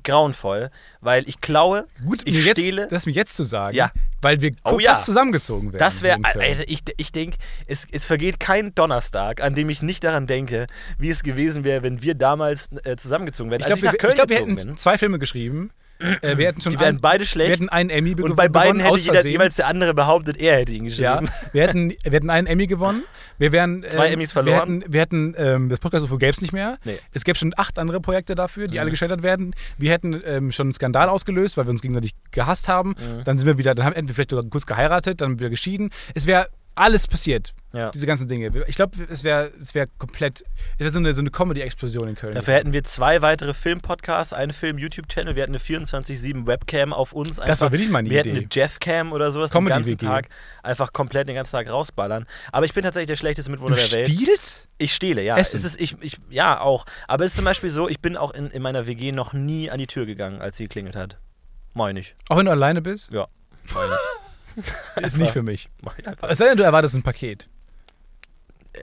Speaker 3: Grauenvoll, weil ich klaue,
Speaker 2: Gut,
Speaker 3: ich
Speaker 2: mir jetzt,
Speaker 3: stehle.
Speaker 2: das mir jetzt zu sagen,
Speaker 3: Ja.
Speaker 2: weil wir
Speaker 3: Oh
Speaker 2: fast
Speaker 3: ja.
Speaker 2: zusammengezogen werden.
Speaker 3: Das wäre,
Speaker 2: würden können.
Speaker 3: ich, ich denke, es, es vergeht kein Donnerstag, an dem ich nicht daran denke, wie es gewesen wäre, wenn wir damals äh, zusammengezogen wären.
Speaker 2: ich
Speaker 3: Als
Speaker 2: glaube,
Speaker 3: ich nach
Speaker 2: wir,
Speaker 3: Köln
Speaker 2: ich glaub, wir
Speaker 3: gezogen
Speaker 2: hätten
Speaker 3: bin.
Speaker 2: zwei Filme geschrieben. Äh, wir hätten schon
Speaker 3: Die wären
Speaker 2: ein-
Speaker 3: beide schlecht.
Speaker 2: Wir hätten einen Emmy be-
Speaker 3: Und bei
Speaker 2: gewonnen,
Speaker 3: beiden hätte
Speaker 2: aus
Speaker 3: jeder,
Speaker 2: Versehen.
Speaker 3: jeweils der andere behauptet, er hätte ihn
Speaker 2: Ja,
Speaker 3: geschrieben.
Speaker 2: wir hätten, wir hätten einen Emmy gewonnen. Wir wären, äh,
Speaker 3: Zwei Emmys verloren.
Speaker 2: Wir hätten, wir hätten ähm, das Podcast UFO gäbe es nicht mehr.
Speaker 3: Nee. Mhm.
Speaker 2: Es gäbe schon acht andere Projekte dafür, die alle gescheitert werden. Wir hätten ähm, schon einen Skandal ausgelöst, weil wir uns gegenseitig gehasst haben.
Speaker 3: Mhm.
Speaker 2: Dann sind wir wieder, dann haben hätten wir vielleicht sogar kurz geheiratet, dann wieder geschieden. Es wäre alles passiert.
Speaker 3: Ja.
Speaker 2: Diese ganzen Dinge. Ich glaube, es wäre es wär komplett. Es wäre so eine, so eine Comedy-Explosion in Köln.
Speaker 3: Dafür hätten wir zwei weitere Filmpodcasts, einen Film-YouTube-Channel, wir hätten eine 24-7-Webcam auf uns. Einfach.
Speaker 2: war wirklich meine
Speaker 3: Wir hätten
Speaker 2: Idee.
Speaker 3: eine Jeffcam oder sowas
Speaker 2: Comedy
Speaker 3: den ganzen
Speaker 2: WG.
Speaker 3: Tag. Einfach komplett den ganzen Tag rausballern. Aber ich bin tatsächlich der schlechteste Mitwohner
Speaker 2: Du
Speaker 3: der Welt.
Speaker 2: stiehlst?
Speaker 3: Ich stehle, ja.
Speaker 2: Essen.
Speaker 3: Es ist, ich, ich, ja, auch. Aber es ist zum Beispiel so, ich bin auch in, in meiner WG noch nie an die Tür gegangen, als sie geklingelt hat. Meine ich.
Speaker 2: Auch wenn du alleine bist?
Speaker 3: Ja. Meine ich.
Speaker 2: Ist nicht für mich.
Speaker 3: Meine ich. einfach.
Speaker 2: Es sei denn, du erwartest ein Paket.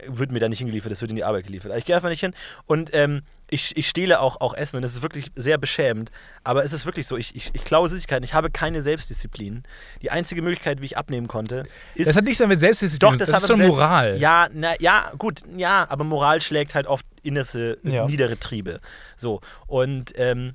Speaker 3: wird mir da nicht hingeliefert, es wird in die Arbeit geliefert. Ich gehe einfach nicht hin und ähm, ich, ich stehle auch, auch Essen und es ist wirklich sehr beschämend. Aber es ist wirklich so, ich, ich, ich klaue Süßigkeiten, ich habe keine Selbstdisziplin. Die einzige Möglichkeit, wie ich abnehmen konnte, ist.
Speaker 2: Das hat nichts mehr mit Selbstdisziplin.
Speaker 3: doch,
Speaker 2: zu
Speaker 3: das,
Speaker 2: tun. das ist
Speaker 3: habe
Speaker 2: schon
Speaker 3: ich selbst-
Speaker 2: Moral.
Speaker 3: Ja, na, ja, gut, ja, aber Moral schlägt halt oft innerste,
Speaker 2: Ja.
Speaker 3: niedere Triebe. So, und ähm,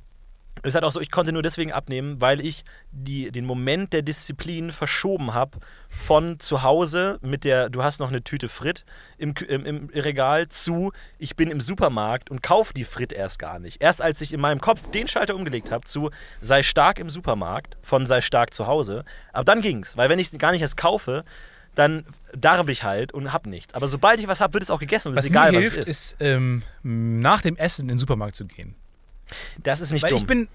Speaker 3: es hat auch so, ich konnte nur deswegen abnehmen, weil ich die, den Moment der Disziplin verschoben habe von zu Hause mit der, du hast noch eine Tüte Frit im, Kü- im, im Regal zu, ich bin im Supermarkt und kaufe die Frit erst gar nicht. Erst als ich in meinem Kopf den Schalter umgelegt habe zu sei stark im Supermarkt von sei stark zu Hause, aber dann ging's, weil wenn ich gar nicht erst kaufe, dann darb ich halt und hab nichts. Aber sobald ich was hab, wird es auch gegessen und es
Speaker 2: Was
Speaker 3: ist Also egal,
Speaker 2: mir
Speaker 3: was
Speaker 2: hilft,
Speaker 3: es ist.
Speaker 2: ist, ähm, nach dem Essen in den Supermarkt zu gehen.
Speaker 3: Das ist nicht
Speaker 2: Weil
Speaker 3: dumm.
Speaker 2: ich bin.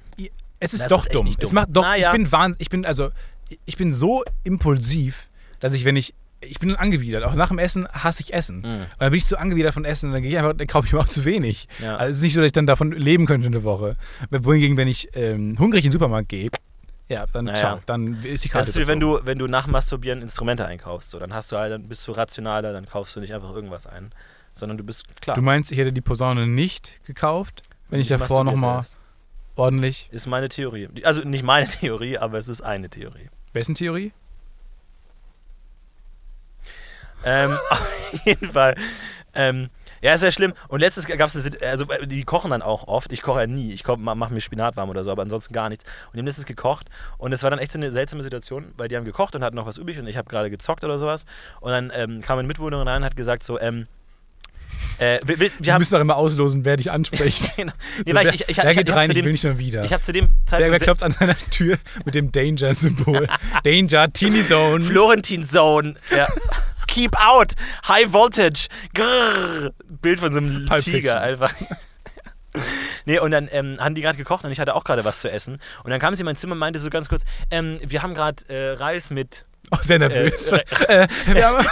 Speaker 2: Es ist
Speaker 3: Das
Speaker 2: doch
Speaker 3: ist echt
Speaker 2: dumm.
Speaker 3: nicht
Speaker 2: Es
Speaker 3: dumm.
Speaker 2: macht doch.
Speaker 3: Naja.
Speaker 2: Ich bin wahnsinnig. Ich bin also. Ich bin so impulsiv, dass ich, wenn ich. Ich bin angewidert. Auch nach dem Essen hasse ich Essen.
Speaker 3: Hm.
Speaker 2: Und dann bin ich so angewidert von Essen und dann gehe ich einfach, dann kaufe ich mir auch zu wenig.
Speaker 3: Ja.
Speaker 2: Also es ist nicht so, dass ich dann davon leben könnte eine Woche. Wohingegen, wenn ich ähm, hungrig in den Supermarkt gehe, ja, dann
Speaker 3: Naja.
Speaker 2: ciao, dann ist die Karte.
Speaker 3: das ist wie wenn
Speaker 2: gezogen.
Speaker 3: du, wenn du nach Masturbieren Instrumente einkaufst. So, dann hast du halt, dann bist du rationaler, dann kaufst du nicht einfach irgendwas ein, sondern du bist klar.
Speaker 2: du meinst, ich hätte die Posaune nicht gekauft, wenn ich
Speaker 3: Wie
Speaker 2: davor
Speaker 3: masturbiert
Speaker 2: nochmal
Speaker 3: hast.
Speaker 2: ordentlich.
Speaker 3: Ist meine Theorie. Die- Also nicht meine Theorie, aber es ist eine Theorie.
Speaker 2: Wessen Theorie?
Speaker 3: Ähm, auf jeden Fall. Ähm, ja, ist ja schlimm. Und letztes gab es, also äh, die kochen dann auch oft. Ich koche ja nie. Ich mache mir Spinat warm oder so, aber ansonsten gar nichts. Und dem ist es gekocht. Und es war dann echt so eine seltsame Situation, weil die haben gekocht und hatten noch was übrig und ich habe gerade gezockt oder sowas. Und dann ähm, kam eine Mitwohnerin rein und hat gesagt so, ähm, äh, wir, wir, wir
Speaker 2: Wir
Speaker 3: haben...
Speaker 2: müssen doch immer auslosen, wer dich anspricht.
Speaker 3: Genau. Nee,
Speaker 2: So,
Speaker 3: weil
Speaker 2: wer-
Speaker 3: ich, ich, ich,
Speaker 2: wer
Speaker 3: ich,
Speaker 2: geht
Speaker 3: ich habe
Speaker 2: rein,
Speaker 3: zu
Speaker 2: ich will
Speaker 3: dem,
Speaker 2: nicht mehr wieder.
Speaker 3: ich hab zu dem
Speaker 2: wer, wer
Speaker 3: Zeitpunkt
Speaker 2: klopft an deiner Tür mit dem Danger-Symbol? Danger, Teeny Zone.
Speaker 3: Florentin Zone. Ja. Keep out. High Voltage. Grrr. Bild von so einem
Speaker 2: Pulp Fiction.
Speaker 3: Tiger einfach. Nee, und dann ähm, haben die gerade gekocht und ich hatte auch gerade was zu essen. Und dann kam sie in mein Zimmer und meinte so ganz kurz, ähm, wir haben gerade äh, Reis mit,
Speaker 2: Oh, sehr nervös. Äh, wir haben,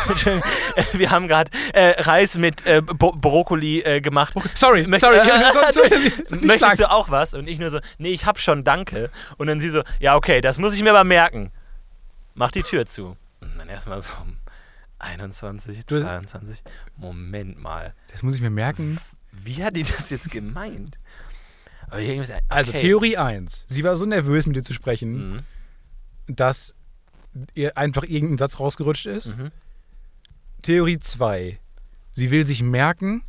Speaker 3: wir haben gerade äh, Reis mit äh, Bo Brokkoli äh, gemacht.
Speaker 2: sorry,
Speaker 3: Möcht-
Speaker 2: sorry. ich
Speaker 3: Äh,
Speaker 2: hab- sorry, sorry nicht
Speaker 3: Möchtest
Speaker 2: lang.
Speaker 3: du auch was? Und ich nur so, nee, ich hab schon, danke. Und dann sie so, ja, okay, das muss ich mir aber merken. Mach die Tür zu. Und dann erstmal so um 21,
Speaker 2: Du hast-
Speaker 3: 22. Moment mal.
Speaker 2: Das muss ich mir merken.
Speaker 3: Wie hat die das jetzt gemeint? Aber ich denke mir so,
Speaker 2: Also,
Speaker 3: okay.
Speaker 2: Theorie 1. Sie war so nervös, mit dir zu sprechen,
Speaker 3: Mhm.
Speaker 2: dass ihr einfach irgendein Satz rausgerutscht ist.
Speaker 3: Mhm.
Speaker 2: Theorie 2. Sie will sich merken,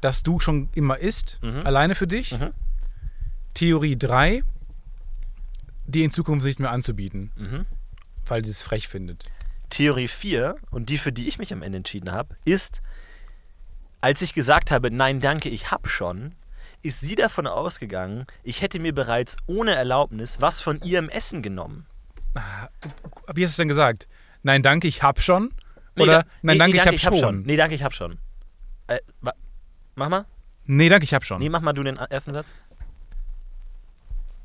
Speaker 2: dass du schon immer isst,
Speaker 3: Mhm.
Speaker 2: alleine für dich.
Speaker 3: Mhm.
Speaker 2: Theorie 3. Dir in Zukunft nicht mehr anzubieten,
Speaker 3: Mhm.
Speaker 2: weil sie es frech findet.
Speaker 3: Theorie 4 und die, für die ich mich am Ende entschieden habe, ist, als ich gesagt habe, nein, danke, ich hab schon, ist sie davon ausgegangen, ich hätte mir bereits ohne Erlaubnis was von ihrem Essen genommen.
Speaker 2: Wie hast du es denn gesagt? Nein, danke, ich hab schon.
Speaker 3: Nee,
Speaker 2: Oder
Speaker 3: da-
Speaker 2: nein,
Speaker 3: nee,
Speaker 2: danke,
Speaker 3: nee,
Speaker 2: ich, hab schon.
Speaker 3: Nee, danke, ich hab schon. Äh, wa- mach
Speaker 2: Hm.
Speaker 3: mal.
Speaker 2: Nee, danke, ich hab schon.
Speaker 3: Nee, mach mal du den ersten Satz.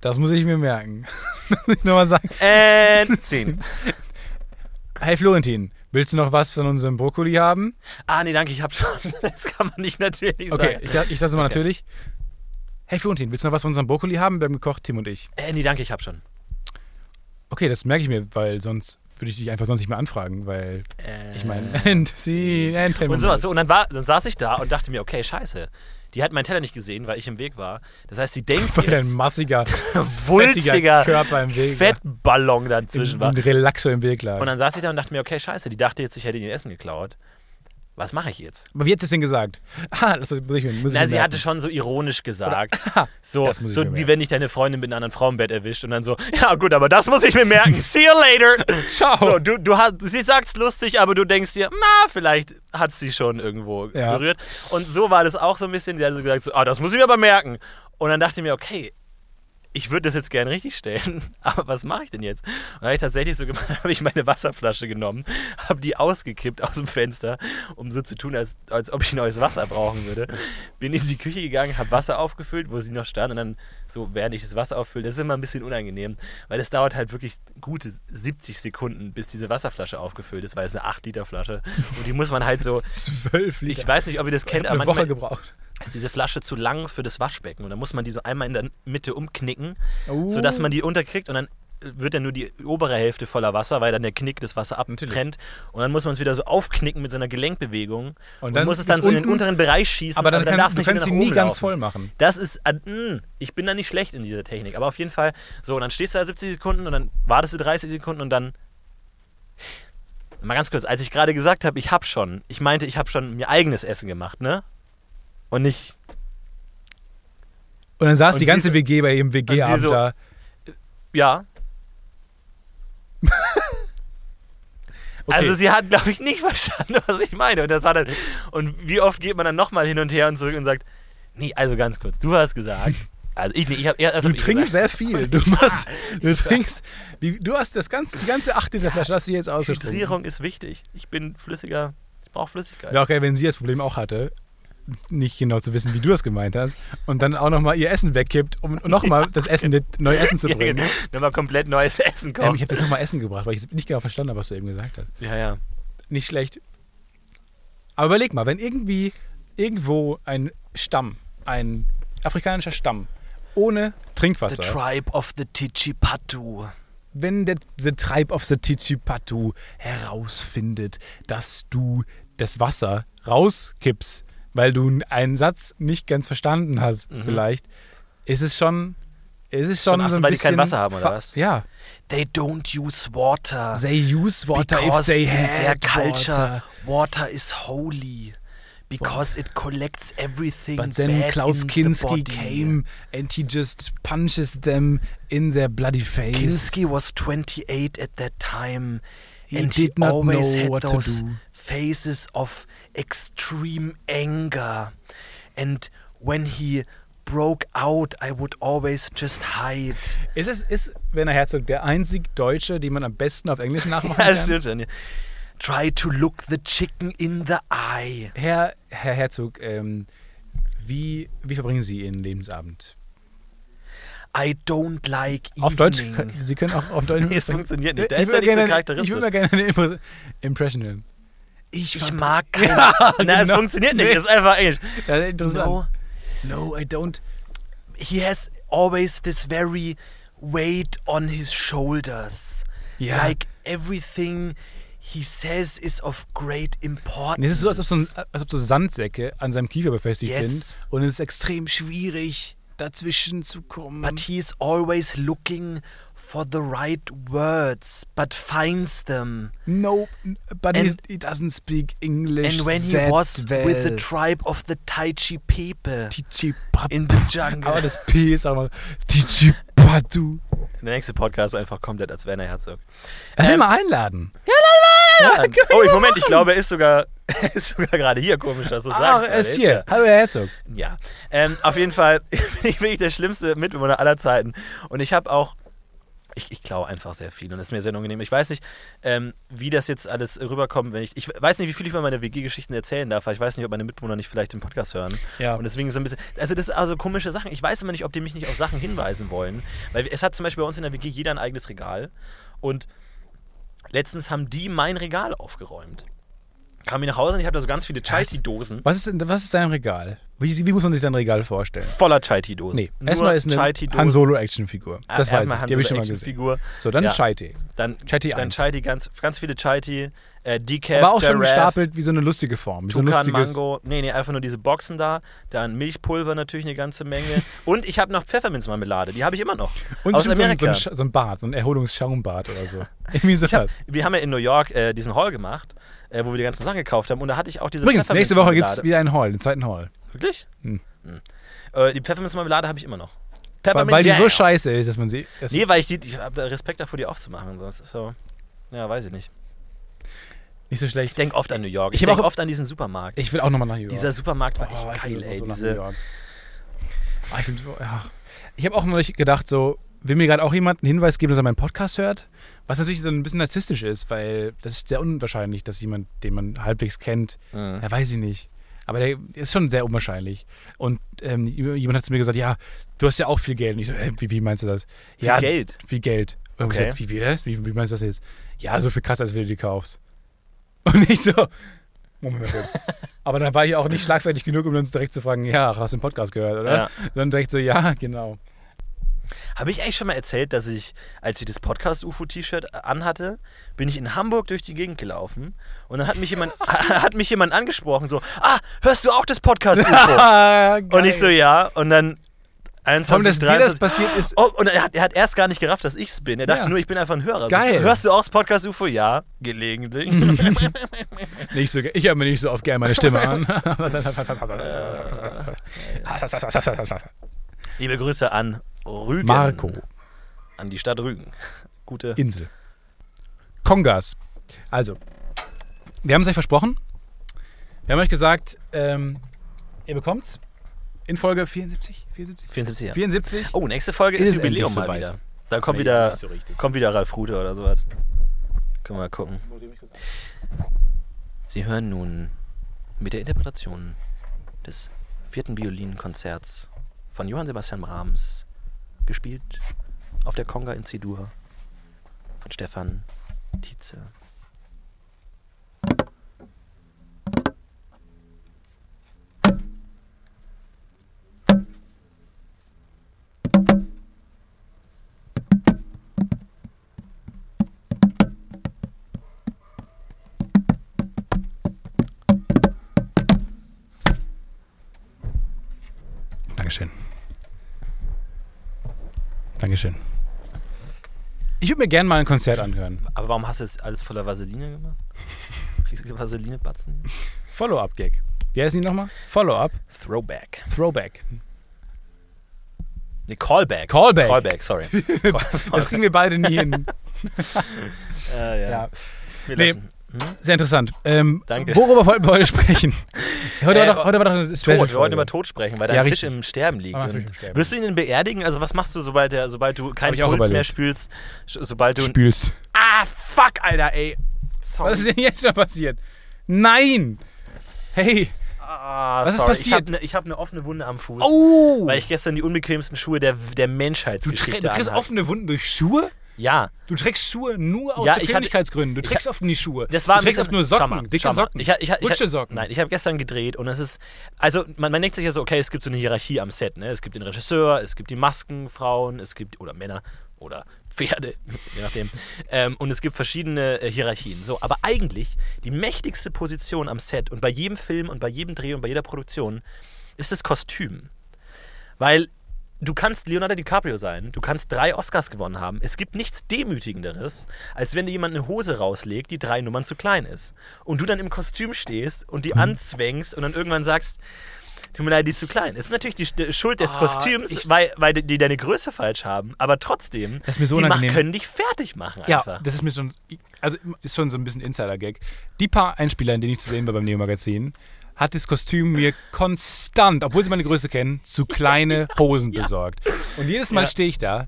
Speaker 2: Das muss ich mir merken. das muss ich nochmal sagen.
Speaker 3: Äh, 10.
Speaker 2: Hey Florentin, willst du noch was von unserem Brokkoli haben?
Speaker 3: Ah, nee, danke, ich hab schon. Das kann man nicht natürlich
Speaker 2: Okay,
Speaker 3: sagen.
Speaker 2: ich, la- ich lasse mal natürlich. Hey Florentin, willst du noch was von unserem Brokkoli haben? Wir haben gekocht, Tim und ich.
Speaker 3: Äh, nee, danke, ich hab schon.
Speaker 2: Okay, das merke ich mir, weil sonst würde ich dich einfach sonst nicht mehr anfragen, weil
Speaker 3: Äh,
Speaker 2: ich meine, entziehen, entziehen.
Speaker 3: Und sowas. So, und dann, war, dann saß ich da und dachte mir, okay, scheiße. Die hat meinen Teller nicht gesehen, weil ich im Weg war. Das heißt, sie denkt
Speaker 2: Weil dein
Speaker 3: jetzt,
Speaker 2: massiger, fettiger
Speaker 3: wulstiger
Speaker 2: Körper im Weg war.
Speaker 3: Fettballon dazwischen war.
Speaker 2: ein Relaxo im Weg lag.
Speaker 3: Und dann saß ich da und dachte mir, okay, scheiße, die dachte jetzt, ich hätte ihr Essen geklaut. Was mache ich jetzt?
Speaker 2: Aber wie hat sie es denn gesagt? Ah, das muss ich mir, muss ich
Speaker 3: Na,
Speaker 2: mir
Speaker 3: sie
Speaker 2: merken.
Speaker 3: hatte schon so ironisch gesagt. so
Speaker 2: das muss ich mir
Speaker 3: so
Speaker 2: merken.
Speaker 3: wie wenn dich deine Freundin mit einem anderen Frau im Bett erwischt und dann so, ja gut, aber das muss ich mir merken. See you later.
Speaker 2: Ciao.
Speaker 3: So, du, du hast, sie sagt's lustig, aber du denkst dir, na, vielleicht hat sie schon irgendwo
Speaker 2: Ja.
Speaker 3: berührt. Und so war das auch so ein bisschen, die hat so gesagt, so, ah, das muss ich mir aber merken. Und dann dachte ich mir, okay, ich würde das jetzt gern richtig stellen, aber was mache ich denn jetzt? Und dann habe ich tatsächlich so gemacht, habe ich meine Wasserflasche genommen, habe die ausgekippt aus dem Fenster, um so zu tun, als, als ob ich neues Wasser brauchen würde. Bin in die Küche gegangen, habe Wasser aufgefüllt, wo sie noch stand und dann so, während ich das Wasser auffülle, das ist immer ein bisschen unangenehm, weil das dauert halt wirklich gute 70 Sekunden, bis diese Wasserflasche aufgefüllt ist, weil es eine 8-Liter-Flasche und die muss man halt so...
Speaker 2: zwölf Liter.
Speaker 3: Ich weiß nicht, ob ihr das kennt, aber
Speaker 2: eine Woche
Speaker 3: manchmal,
Speaker 2: gebraucht.
Speaker 3: ist diese Flasche zu lang für das Waschbecken und dann muss man die so einmal in der Mitte umknicken,
Speaker 2: Oh.
Speaker 3: sodass man die unterkriegt und dann wird dann nur die obere Hälfte voller Wasser, weil dann der Knick das Wasser
Speaker 2: Natürlich.
Speaker 3: abtrennt und dann muss man es wieder so aufknicken mit so einer Gelenkbewegung und,
Speaker 2: dann
Speaker 3: muss es dann
Speaker 2: bis
Speaker 3: so in den
Speaker 2: unten,
Speaker 3: unteren Bereich schießen,
Speaker 2: aber dann, kann,
Speaker 3: darf es
Speaker 2: du
Speaker 3: nicht mehr
Speaker 2: kannst sie
Speaker 3: nach
Speaker 2: nie
Speaker 3: oben
Speaker 2: ganz
Speaker 3: laufen.
Speaker 2: voll machen.
Speaker 3: Das ist, ah, mh, ich bin da nicht schlecht in dieser Technik, aber auf jeden Fall so und dann stehst du da 70 Sekunden und dann wartest du 30 Sekunden und dann mal ganz kurz, als ich gerade gesagt habe, ich hab schon, ich meinte, ich habe schon mir eigenes Essen gemacht, ne? Und nicht
Speaker 2: Und dann saß
Speaker 3: Und
Speaker 2: die
Speaker 3: sie
Speaker 2: ganze
Speaker 3: so-
Speaker 2: WG bei ihrem
Speaker 3: und
Speaker 2: WG-Abend
Speaker 3: sie so-
Speaker 2: da.
Speaker 3: Ja.
Speaker 2: Okay.
Speaker 3: Also sie hat, glaube ich, nicht verstanden, was ich meine. Und das war dann. Und wie oft geht man dann nochmal hin und her und zurück und sagt, nee, also ganz kurz, du hast gesagt, Also ich, nee, ich hab, das
Speaker 2: Du
Speaker 3: hab ich
Speaker 2: trinkst sehr
Speaker 3: gesagt.
Speaker 2: viel. Du, machst, du trinkst. Wie, du hast das ganze, die ganze 8 Liter Flasche hast du jetzt ausgetrunken.
Speaker 3: Hydrierung ist wichtig. Ich bin flüssiger. Ich brauche Flüssigkeit.
Speaker 2: Ja, okay, wenn sie das Problem auch hatte, nicht genau zu wissen, wie du das gemeint hast, und dann auch nochmal ihr Essen wegkippt, um nochmal das Essen, das neue Essen zu
Speaker 3: Ja,
Speaker 2: bringen.
Speaker 3: genau. Nochmal komplett neues Essen
Speaker 2: Ähm,
Speaker 3: kochen.
Speaker 2: ich habe jetzt nochmal Essen gebracht, weil ich jetzt nicht genau verstanden habe, was du eben gesagt hast.
Speaker 3: ja, ja.
Speaker 2: Nicht schlecht. Aber überleg mal, wenn irgendwie irgendwo ein Stamm, ein afrikanischer Stamm, ohne
Speaker 3: The
Speaker 2: Trinkwasser,
Speaker 3: Tribe of the Tichipatu.
Speaker 2: wenn der The Tribe of the Titsipatu herausfindet, dass du das Wasser rauskippst, weil du einen Satz nicht ganz verstanden hast, vielleicht, ist es schon. Ist es
Speaker 3: Mhm. Schon
Speaker 2: schon, so
Speaker 3: Ass,
Speaker 2: ein
Speaker 3: weil die
Speaker 2: bisschen
Speaker 3: kein Wasser haben, oder
Speaker 2: fa-
Speaker 3: was?
Speaker 2: Ja.
Speaker 3: They don't use water.
Speaker 2: They use water
Speaker 3: because
Speaker 2: if they
Speaker 3: in their
Speaker 2: had
Speaker 3: culture,
Speaker 2: water.
Speaker 3: water. is holy. Because it collects everything
Speaker 2: But then
Speaker 3: bad
Speaker 2: Klaus
Speaker 3: in the
Speaker 2: Kinski
Speaker 3: body.
Speaker 2: came and he just punches them in their bloody face.
Speaker 3: Kinski was 28 at that time.
Speaker 2: He
Speaker 3: and
Speaker 2: did
Speaker 3: he
Speaker 2: not
Speaker 3: always
Speaker 2: know
Speaker 3: had
Speaker 2: what to
Speaker 3: those
Speaker 2: do.
Speaker 3: faces of extreme anger. And when he broke out, I would always just hide.
Speaker 2: Ist, es, ist Werner Herzog der einzig Deutsche, den man am besten auf Englisch nachmachen
Speaker 3: Ja,
Speaker 2: kann?
Speaker 3: stimmt schon. ja. Try to look the chicken in the eye.
Speaker 2: Herr, Herr Herzog, ähm, wie, wie verbringen Sie Ihren Lebensabend?
Speaker 3: I don't like
Speaker 2: Auf Deutsch?
Speaker 3: evening.
Speaker 2: Sie können auch auf Deutsch.
Speaker 3: Nee, es funktioniert nicht. Da
Speaker 2: Ich
Speaker 3: ist
Speaker 2: würde
Speaker 3: er nicht so
Speaker 2: gerne-
Speaker 3: charakteristisch.
Speaker 2: Ich würde mal gerne eine Impro- Impression hören.
Speaker 3: Ich,
Speaker 2: fand-
Speaker 3: mag kein. Na, es
Speaker 2: genau.
Speaker 3: funktioniert nicht.
Speaker 2: Nee.
Speaker 3: Das ist einfach Englisch.
Speaker 2: Ja, interessant.
Speaker 3: No,
Speaker 2: no, I don't.
Speaker 3: he has always this very weight on his shoulders.
Speaker 2: Ja.
Speaker 3: Like everything he says is of great
Speaker 2: Nee,
Speaker 3: importance.
Speaker 2: es ist so, als ob so, ein, als ob so Sandsäcke an seinem Kiefer befestigt
Speaker 3: Yes.
Speaker 2: sind. Und es ist extrem schwierig, dazwischen zu kommen.
Speaker 3: But he's always looking for the right words, but finds them.
Speaker 2: no, but he's-
Speaker 3: And-
Speaker 2: he doesn't speak English.
Speaker 3: And when he
Speaker 2: that
Speaker 3: was
Speaker 2: well.
Speaker 3: with the tribe of the Taichi people
Speaker 2: Tichi
Speaker 3: in the jungle.
Speaker 2: Aber das P ist auch mal Tichi Patu.
Speaker 3: Der nächste Podcast einfach komplett als Werner Herzog.
Speaker 2: Lass ihn
Speaker 3: Ähm,
Speaker 2: mal einladen.
Speaker 3: Ja,
Speaker 2: genau.
Speaker 3: oh, Moment, ich glaube, er ist sogar, er ist sogar gerade hier. Komisch, dass du sagst.
Speaker 2: Ah,
Speaker 3: aber
Speaker 2: er ist
Speaker 3: ja-
Speaker 2: hier. Hallo, Herr Herzog.
Speaker 3: Ja, ähm, auf jeden Fall bin ich bin ich der schlimmste Mitbewohner aller Zeiten. Und ich habe auch, ich, ich klaue einfach sehr viel und das ist mir sehr unangenehm. Ich weiß nicht, ähm, wie das jetzt alles rüberkommt, wenn ich, ich weiß nicht, wie viel ich über meine WG-Geschichten erzählen darf, weil ich weiß nicht, ob meine Mitbewohner nicht vielleicht den Podcast hören.
Speaker 2: Ja.
Speaker 3: Und deswegen so ein bisschen, also das sind also komische Sachen. Ich weiß immer nicht, ob die mich nicht auf Sachen hinweisen wollen, weil es hat zum Beispiel bei uns in der WG jeder ein eigenes Regal und letztens haben die mein Regal aufgeräumt. Kam ich nach Hause und ich habe da so ganz viele Chelsea-Dosen.
Speaker 2: Was ist, denn- was ist dein Regal? Wie, wie muss man sich dein Regal vorstellen?
Speaker 3: Voller Chaiti-Dosen.
Speaker 2: Nee,
Speaker 3: Nur
Speaker 2: erstmal ist eine
Speaker 3: Chaiti-Dosen.
Speaker 2: Han Solo Actionfigur. Das weiß ich,
Speaker 3: Erstmal
Speaker 2: die
Speaker 3: Han
Speaker 2: habe ich
Speaker 3: Solo
Speaker 2: schon mal gesehen.
Speaker 3: Actionfigur.
Speaker 2: So, dann
Speaker 3: Ja.
Speaker 2: ja. Chaiti.
Speaker 3: Dann
Speaker 2: Chaiti
Speaker 3: dann
Speaker 2: 1.
Speaker 3: Chaiti ganz, ganz viele Chaiti, äh, Decaf,
Speaker 2: Aber auch schon
Speaker 3: Giraffe,
Speaker 2: gestapelt wie so eine lustige Form. Wie so ein
Speaker 3: Tukan,
Speaker 2: lustiges.
Speaker 3: Mango. Nee, nee, einfach nur diese Boxen da. Dann Milchpulver natürlich eine ganze Menge. Und ich habe noch Pfefferminzmarmelade, die habe ich immer noch.
Speaker 2: Und
Speaker 3: aus
Speaker 2: bestimmt so ein-
Speaker 3: Amerika.
Speaker 2: So, ein, Sch- so ein Bad, so ein Erholungsschaumbad oder so. Irgendwie so. was.
Speaker 3: wir haben ja in New York äh, diesen Haul gemacht, äh, wo wir die ganzen Sachen gekauft haben. Und da hatte ich auch diese
Speaker 2: Übrigens, nächste Woche gibt es
Speaker 3: Pfefferminzmarmelade.
Speaker 2: wieder einen Hall, den zweiten Hall.
Speaker 3: Wirklich?
Speaker 2: Hm.
Speaker 3: Hm. Äh, die Pfefferminzmarmelade habe ich immer noch.
Speaker 2: Weil,
Speaker 3: Peppermint
Speaker 2: weil die so
Speaker 3: Jam.
Speaker 2: scheiße ist, dass man sie. dass-
Speaker 3: Nee, weil ich, die, ich habe da Respekt davor, die aufzumachen. Sonst ist so. Ja, weiß ich nicht.
Speaker 2: Nicht so
Speaker 3: Ich
Speaker 2: schlecht.
Speaker 3: denke oft an New York. Ich,
Speaker 2: Ich hab
Speaker 3: denke
Speaker 2: auch-
Speaker 3: oft an diesen Supermarkt.
Speaker 2: Ich will auch nochmal nach New York.
Speaker 3: Dieser Supermarkt war echt
Speaker 2: Oh, ich will
Speaker 3: geil,
Speaker 2: auch
Speaker 3: ey.
Speaker 2: so nach New
Speaker 3: diese,
Speaker 2: York. Ah, ich find- ja. ich habe auch neulich gedacht, so, will mir gerade auch jemand einen Hinweis geben, dass er meinen Podcast hört? Was natürlich so ein bisschen narzisstisch ist, weil das ist sehr unwahrscheinlich, dass jemand, den man halbwegs kennt,
Speaker 3: Mhm.
Speaker 2: ja, weiß ich nicht. Aber der ist schon sehr unwahrscheinlich. Und ähm, jemand hat zu mir gesagt, ja, du hast ja auch viel Geld. Und ich so, hä, wie, wie meinst du das?
Speaker 3: Viel
Speaker 2: ja,
Speaker 3: Geld?
Speaker 2: Viel Geld. Und
Speaker 3: Okay.
Speaker 2: ich gesagt, wie, wie, das? wie, wie meinst du das jetzt? Ja, so viel krass, als wenn du die kaufst. Und ich so, Moment mal kurz. Aber dann war ich auch nicht schlagfertig genug, um uns direkt zu fragen, ja, hast du den Podcast gehört, oder?
Speaker 3: Ja.
Speaker 2: Sondern direkt so, ja, genau.
Speaker 3: Habe ich eigentlich schon mal erzählt, dass ich, als ich das Podcast-UFO-T-Shirt anhatte, bin ich in Hamburg durch die Gegend gelaufen und dann hat mich jemand, hat mich jemand angesprochen, so, ah, hörst du auch das Podcast-UFO?
Speaker 2: Ah,
Speaker 3: und ich so, ja. Und dann
Speaker 2: Tom,
Speaker 3: 21,
Speaker 2: dass dir das
Speaker 3: 23,
Speaker 2: passiert ist,
Speaker 3: Oh, und er hat, er hat erst gar nicht gerafft, dass ich es bin. Er dachte
Speaker 2: Ja.
Speaker 3: nur, ich bin einfach ein Hörer. So,
Speaker 2: Geil.
Speaker 3: hörst du auch das Podcast-UFO? Ja, gelegentlich.
Speaker 2: nicht so, ge- ich höre mir nicht so oft gerne meine Stimme an.
Speaker 3: Liebe Grüße an Rügen.
Speaker 2: Marco,
Speaker 3: An die Stadt Rügen. Gute.
Speaker 2: Insel. Kongas. Also, wir haben es euch versprochen. Wir haben euch gesagt, ähm, ihr bekommt's. in Folge 74? 74?
Speaker 3: 74 Jahre.
Speaker 2: 74?
Speaker 3: Oh, nächste Folge ist,
Speaker 2: Ist
Speaker 3: Jubiläum
Speaker 2: endlich
Speaker 3: mal
Speaker 2: soweit.
Speaker 3: wieder. Da kommt
Speaker 2: Nee,
Speaker 3: wieder,
Speaker 2: nicht so richtig.
Speaker 3: kommt wieder Ralf Rute oder sowas. Können wir mal gucken. Sie hören nun mit der Interpretation des vierten Violinkonzerts von Johann Sebastian Brahms, gespielt auf der Conga in C-Dur von Stefan Tietze.
Speaker 2: Dankeschön. Dankeschön. Ich würde mir gerne mal ein Konzert anhören.
Speaker 3: Aber warum hast du das alles voller Vaseline gemacht? Riesige Vaselinebatzen?
Speaker 2: Follow-up-Gag. Wie heißen die nochmal? Follow-up,
Speaker 3: Throwback.
Speaker 2: Throwback.
Speaker 3: Nee, Callback.
Speaker 2: Callback.
Speaker 3: Callback, sorry.
Speaker 2: Das kriegen wir beide nie hin.
Speaker 3: Äh, ja.
Speaker 2: Ja.
Speaker 3: Wir
Speaker 2: Nee.
Speaker 3: lassen. Hm?
Speaker 2: Sehr interessant. Ähm,
Speaker 3: Danke.
Speaker 2: Worüber wollten wir heute sprechen? Heute,
Speaker 3: Äh,
Speaker 2: war, doch, heute war doch eine
Speaker 3: Tod,
Speaker 2: Special-Folge.
Speaker 3: wir wollten über Tod sprechen, weil dein
Speaker 2: Ja,
Speaker 3: Fisch
Speaker 2: richtig.
Speaker 3: im Sterben liegt.
Speaker 2: Ah,
Speaker 3: Und
Speaker 2: Fisch im Sterben.
Speaker 3: Wirst du ihn denn beerdigen? Also was machst du, sobald, der, sobald du keinen
Speaker 2: Hab ich auch
Speaker 3: Puls mehr
Speaker 2: überlegt.
Speaker 3: spülst? sch- Sobald du...
Speaker 2: Spülst.
Speaker 3: ah, fuck, Alter, ey. Sorry.
Speaker 2: Was ist denn jetzt schon passiert? Nein! Hey!
Speaker 3: ah,
Speaker 2: was ist
Speaker 3: sorry.
Speaker 2: passiert?
Speaker 3: Ich habe eine offene Wunde am Fuß,
Speaker 2: Oh!
Speaker 3: weil ich gestern die unbequemsten Schuhe der, der
Speaker 2: Du, trä-
Speaker 3: Menschheitsgeschichte
Speaker 2: du kriegst
Speaker 3: anhatte.
Speaker 2: offene Wunden durch Schuhe?
Speaker 3: Ja,
Speaker 2: Du trägst Schuhe nur aus
Speaker 3: Ja, ich hatte-
Speaker 2: Bequemlichkeitsgründen. Du
Speaker 3: ich
Speaker 2: trägst oft nie Schuhe.
Speaker 3: das war
Speaker 2: du trägst oft nur Socken,
Speaker 3: schau mal,
Speaker 2: dicke
Speaker 3: schau mal.
Speaker 2: Socken.
Speaker 3: Ich, ha- ich, ha- ich, ha-
Speaker 2: Rutschesocken.
Speaker 3: Nein, ich habe gestern gedreht und es ist... Also man, man denkt sich ja so, okay, es gibt so eine Hierarchie am Set. Ne? Es gibt den Regisseur, es gibt die Maskenfrauen, es gibt... Oder Männer oder Pferde, je nachdem. Ähm, und es gibt verschiedene äh, Hierarchien. So, aber eigentlich die mächtigste Position am Set und bei jedem Film und bei jedem Dreh und bei jeder Produktion ist das Kostüm. Weil du kannst Leonardo DiCaprio sein, du kannst drei Oscars gewonnen haben. Es gibt nichts Demütigenderes, als wenn dir jemand eine Hose rauslegt, die drei Nummern zu klein ist. Und du dann im Kostüm stehst und
Speaker 2: Hm.
Speaker 3: die anzwängst und dann irgendwann sagst, tut mir leid, die ist zu klein. Es ist natürlich die Sch- Schuld des
Speaker 2: Ah,
Speaker 3: Kostüms, weil, weil die deine Größe falsch haben, aber trotzdem,
Speaker 2: Das ist mir so
Speaker 3: die mach-
Speaker 2: unangenehm.
Speaker 3: können dich fertig machen
Speaker 2: Ja,
Speaker 3: einfach.
Speaker 2: das ist mir schon, also ist schon so ein bisschen Insider-Gag. Die paar Einspieler, in denen ich zu sehen war beim Neo-Magazin, hat das Kostüm mir konstant, obwohl sie meine Größe kennen, zu kleine Hosen besorgt. Und jedes Mal
Speaker 3: Ja.
Speaker 2: stehe ich da.